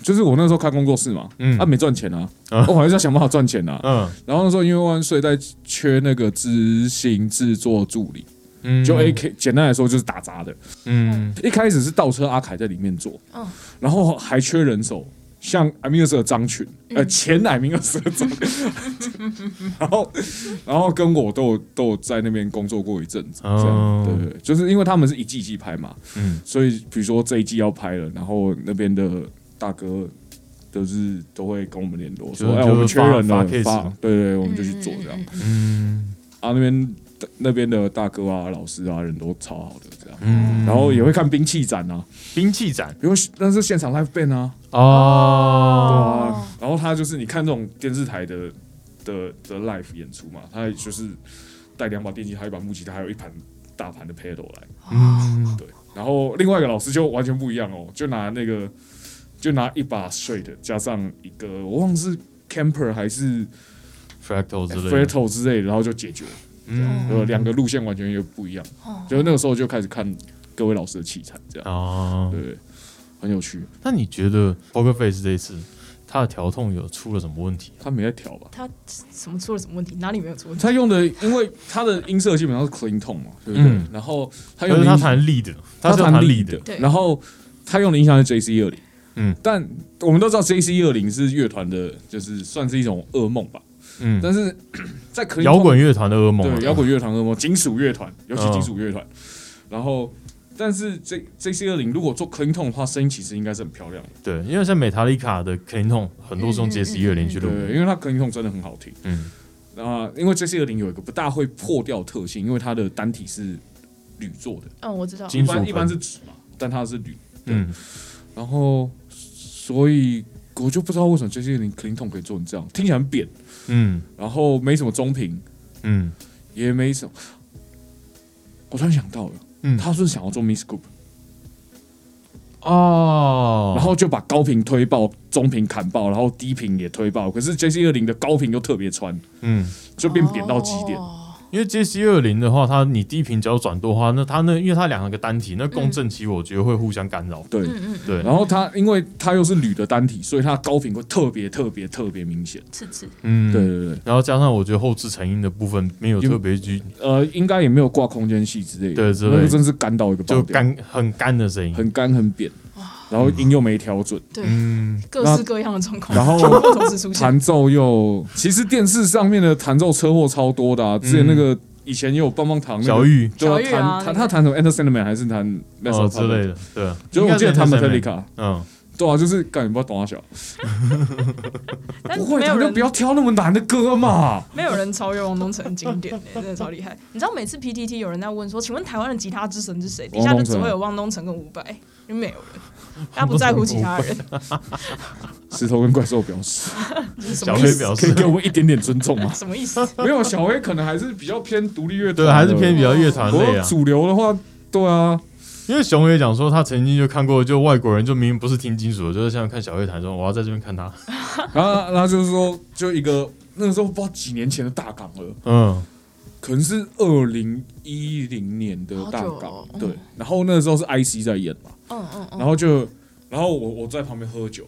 S3: 就是我那时候开工作室嘛，
S2: 嗯
S3: 啊没赚钱啊，
S2: 啊
S3: 我还是要想办法赚钱啊。
S2: 嗯。
S3: 然后那时候因为万岁在缺那个执行制作助理，
S2: 嗯
S3: 就哎 A K 简单来说就是打杂的。
S2: 嗯
S3: 一开始是倒车阿凯在里面做，
S2: 哦
S4: 嗯
S3: 然后还缺人手，像艾米尔斯的张群，呃，
S4: 嗯
S3: 前艾米尔斯
S2: *laughs*
S3: 的张群，然后然后跟我都有都有在那边工作过一阵子，这样、
S2: 哦
S3: 对对，对就是因为他们是一季一季拍嘛，
S2: 嗯
S3: 所以比如说这一季要拍了，然后那边的大哥。都是都会跟我们联络，
S2: 就
S3: 说哎，
S2: 就
S3: 我们缺人
S2: 发
S3: 了
S2: 发 case，
S3: 对对，我们就去做这样。
S2: 嗯
S3: 啊，那边那边的大哥啊、老师啊，人都超好的这样，
S2: 嗯，
S3: 然后也会看兵器展啊，
S2: 兵器展
S3: 因为那是现场 live band 啊，对
S2: 哦，
S3: 啊，然后他就是你看这种电视台的的的 live 演出嘛，他就是带两把电吉他、一把木吉他，还有一盘大盘的 pedal 来，
S2: 嗯
S3: 对，然后另外一个老师就完全不一样哦，就拿那个就拿一把 straight 加上一个我忘了是 camper 还是
S2: ，fractal 之类的，
S3: fretto 之类的，然后就解决了，
S2: 嗯
S3: 呃，两个路线完全又不一样，就是那个时候就开始看各位老师的器材这样，
S2: 哦。
S3: 对，很有趣，
S2: 那你觉得 Poker Face 这一次他的调痛有出了什么问题？
S3: 他没在调吧？
S4: 他什么出了什么问题？哪里没有出问题？
S3: 他用的，因为他的音色基本上是 clean tone 嘛，对不对？
S2: 嗯
S3: 然后他
S2: 可
S3: 用
S2: 是
S3: 的
S2: 他
S3: 音
S2: 弹 lead，
S3: 他
S2: 是
S3: 弹
S2: 弹
S3: lead
S2: 的，
S4: 对
S3: 然后他用的音箱是 J C 二零，
S2: 嗯，
S3: 但我们都知道 J C 二零是乐团的，就是算是一种噩梦吧。
S2: 嗯，
S3: 但是 *clears throat* 在 clean
S2: 摇滚乐团的噩梦
S3: tone-
S2: 啊，
S3: 对摇滚乐团噩梦，金属乐团，尤其
S2: 嗯
S3: 金属乐团，然后。但是 J J C 二零如果做 clean tone 的话，声音其实应该是很漂亮的，
S2: 对，因为像美塔利卡的 c l e n t o n 很多是用
S4: 嗯嗯
S2: J C 乐连去录
S3: 对，，因为它 clean tone 真的很好听。
S2: 嗯
S3: 那、因为 J C 二零有一个不大会破掉的特性，因为它的单体是铝做的，
S4: 嗯，我知道，
S2: 金
S3: 一
S2: 属
S3: 般
S2: 盆
S3: 嗯一般是纸嘛，但它是铝，
S2: 嗯
S3: 然后所以我就不知道为什么 J.C. 林 Clinton 可以做成这样，听起来很扁，
S2: 嗯
S3: 然后没什么中评，
S2: 嗯
S3: 也没什么。我突然想到了，
S2: 嗯，
S3: 他是不是想要做 Miss Group，、
S2: 哦，
S3: 然后就把高频推爆，中频砍爆，然后低频也推爆。可是 J.C. 二零的高频又特别穿，
S2: 嗯，
S3: 就变扁到极点。
S4: 哦
S2: 因为 J C 二零的话，它你低频只要转多的话，那它那因为它两个单体，那共振期我觉得会互相干扰。
S3: 对，
S4: 嗯嗯，
S2: 对，
S3: 然后它因为它又是铝的单体，所以它高频会特别特别特别明显。
S4: 刺刺，
S2: 嗯，
S3: 对。对对，
S2: 然后加上我觉得后置成音的部分没有特别去，
S3: 呃，应该也没有挂空间系之类的，
S2: 对之类的
S3: 那个真是干到一个爆
S2: 就
S3: 掉，
S2: 干很干的声音。
S3: 很干很扁，然后音又没调
S2: *laughs*
S3: 准，
S4: 对，
S2: 嗯，
S4: 各式各样的状况，
S3: 然后
S4: 全部 *laughs* 同时出现。
S3: 弹奏
S4: *laughs*
S3: 又，其实电视上面的弹奏车祸超多的啊，之前那个以前也有棒棒糖、那
S2: 嗯小
S3: 个。
S2: 玉
S3: 对
S4: 小玉啊
S3: 啊，弹
S4: 那
S3: 弹
S4: 个
S3: 他弹什么 Enter Sandman 还是弹 m e s
S2: 哦
S3: s
S2: 之类，的，对，
S3: 就是我记得弹
S2: 应该是
S3: Metallica，
S2: 嗯，
S3: 对啊，就是干你不知道懂啊小，
S4: *laughs* 但
S3: 不会
S4: 没有
S3: 弹就
S4: 人
S3: 不要挑那么难的歌嘛。
S4: 没有人超越王东城经典、欸，真的超厉害。 *laughs* 你知道每次 PTT 有人在问说，请问台湾的吉他之神是谁？底下就只会有汪东城跟伍佰，就没有人，大家不在乎其他人。
S3: 石头跟怪兽表示，
S4: 这是什
S2: 小
S4: 么意
S2: 黑
S4: 思？？
S2: 表
S3: 可以
S2: 示
S3: 给我们一点点尊重吗
S4: 什么意思？
S3: 没有，小薇可能还是比较偏独立乐团
S2: 对，
S3: 的，
S2: 还是偏比较乐团
S3: 不
S2: 类
S3: 过
S2: 啊。
S3: 主流的话，对啊，
S2: 因为熊也讲说，他曾经就看过，就外国人就明明不是听金属的，就是像看小黑弹说，我要在这边看他。
S3: 然后然后就是说，就一个那个时候不知道几年前的大港了，
S2: 嗯
S3: 可能是二零一零年的大
S4: 好久
S3: 港
S4: 哦，嗯
S3: 对。然后那个时候是 IC 在演嘛，
S4: 嗯嗯嗯，
S3: 然后就，然后我我在旁边喝酒，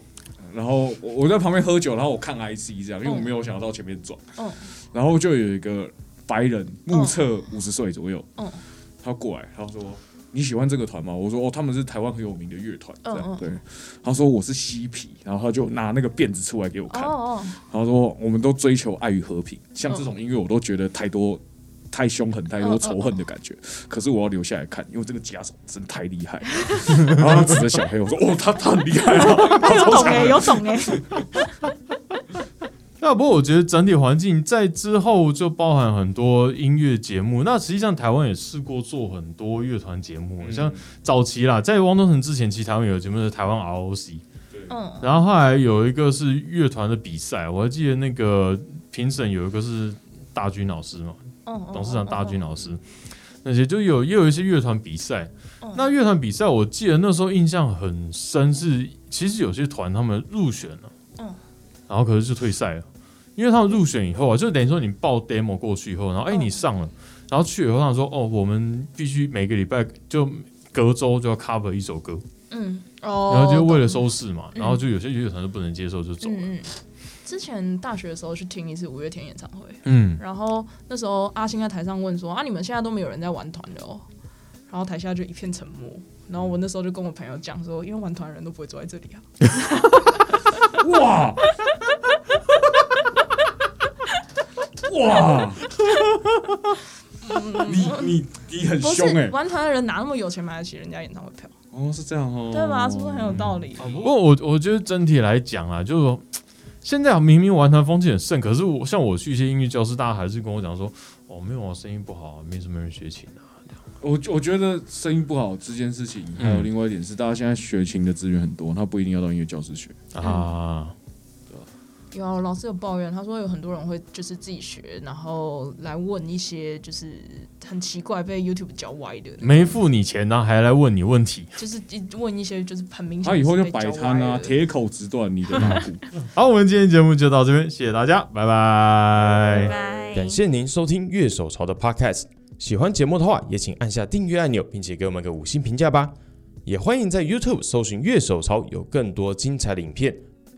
S3: 然后我我在旁边喝酒，然后我看 IC 这样，因为
S4: 哦
S3: 我没有想要到前面转，
S4: 嗯
S3: 然后就有一个白人，目测五十岁左右，
S4: 嗯
S3: 他过来，他说。你喜欢这个团吗？我说哦，他们是台湾很有名的乐团，这
S4: 嗯嗯
S3: 样对。他说我是嬉皮，然后他就拿那个辫子出来给我
S4: 哦
S3: 看，
S4: 哦，嗯
S3: 他说：“我们都追求爱与和平，像这种音乐我都觉得太多、太凶狠、太多仇恨的感觉。
S4: 嗯
S3: 可是我要留下来看，因为这个吉他手真太厉害。” *laughs* 然后他指着小黑，我说：“哦，他他很厉害啊！”
S4: 哎有懂哎、有懂哎、
S2: 那不过我觉得整体环境在之后就包含很多音乐节目。那实际上台湾也试过做很多乐团节目，像早期啦，在汪东城之前，其实台湾有节目是台湾 ROC，
S4: 嗯，
S2: 然后后来有一个是乐团的比赛，我还记得那个评审有一个是大军老师嘛，
S4: 嗯，
S2: 董事长大军老师，那些就有也有一些乐团比赛
S4: 嗯。
S2: 那乐团比赛，我记得那时候印象很深是，其实有些团他们入选了，
S4: 嗯
S2: 然后可是就退赛了，因为他们入选以后啊，就等于说你报 demo 过去以后，然后哎、
S4: 嗯
S2: 你上了，然后去以后他说哦，我们必须每个礼拜就隔周就要 cover 一首歌，
S4: 嗯，哦，
S2: 然后就为了收视嘛，
S4: 嗯
S2: 然后就有些乐团就不能接受就走了，
S4: 嗯嗯，之前大学的时候去听一次五月天演唱会，
S2: 嗯，
S4: 然后那时候阿星在台上问说：“啊，你们现在都没有人在玩团的哦。”然后台下就一片沉默。然后我那时候就跟我朋友讲说：“因为玩团的人都不会坐在这里啊。 *laughs*
S3: 哇哇，你你你很”
S4: 不是
S3: 凶哎、
S4: 玩团的人哪那么有钱买得起人家演唱会票，
S3: 哦，是这样哦，
S4: 对吧？是不是很有道理？
S2: 不过我我觉得整体来讲啊，就是说现在明明玩团风气很盛，可是我像我去一些音乐教室，大家还是跟我讲说，哦，没有啊，声音不好、啊，没什么人学琴啊。
S3: 我我觉得声音不好这件事情，
S4: 嗯
S3: 还有另外一点是，大家现在学琴的资源很多，他不一定要到音乐教室学。
S2: 啊，
S4: 有啊，老师有抱怨，他说有很多人会就是自己学，然后来问一些就是很奇怪被 YouTube 教歪的，
S2: 没付你钱呢、还来问你问题。
S4: 就是一问一些就是很明显
S3: 他以后
S4: 是
S3: 就
S4: 被
S3: 摆
S4: 教
S3: 摊
S4: 歪
S3: 啊，
S4: 的
S3: 铁口直断你的脑骨。
S2: 好，我们今天节目就到这边，谢谢大家，拜拜。
S4: 拜
S1: 感谢您收听乐手潮的 Podcast。喜欢节目的话，也请按下订阅按钮，并且给我们个五星评价吧。也欢迎在 YouTube 搜寻“乐手潮”，有更多精彩的影片。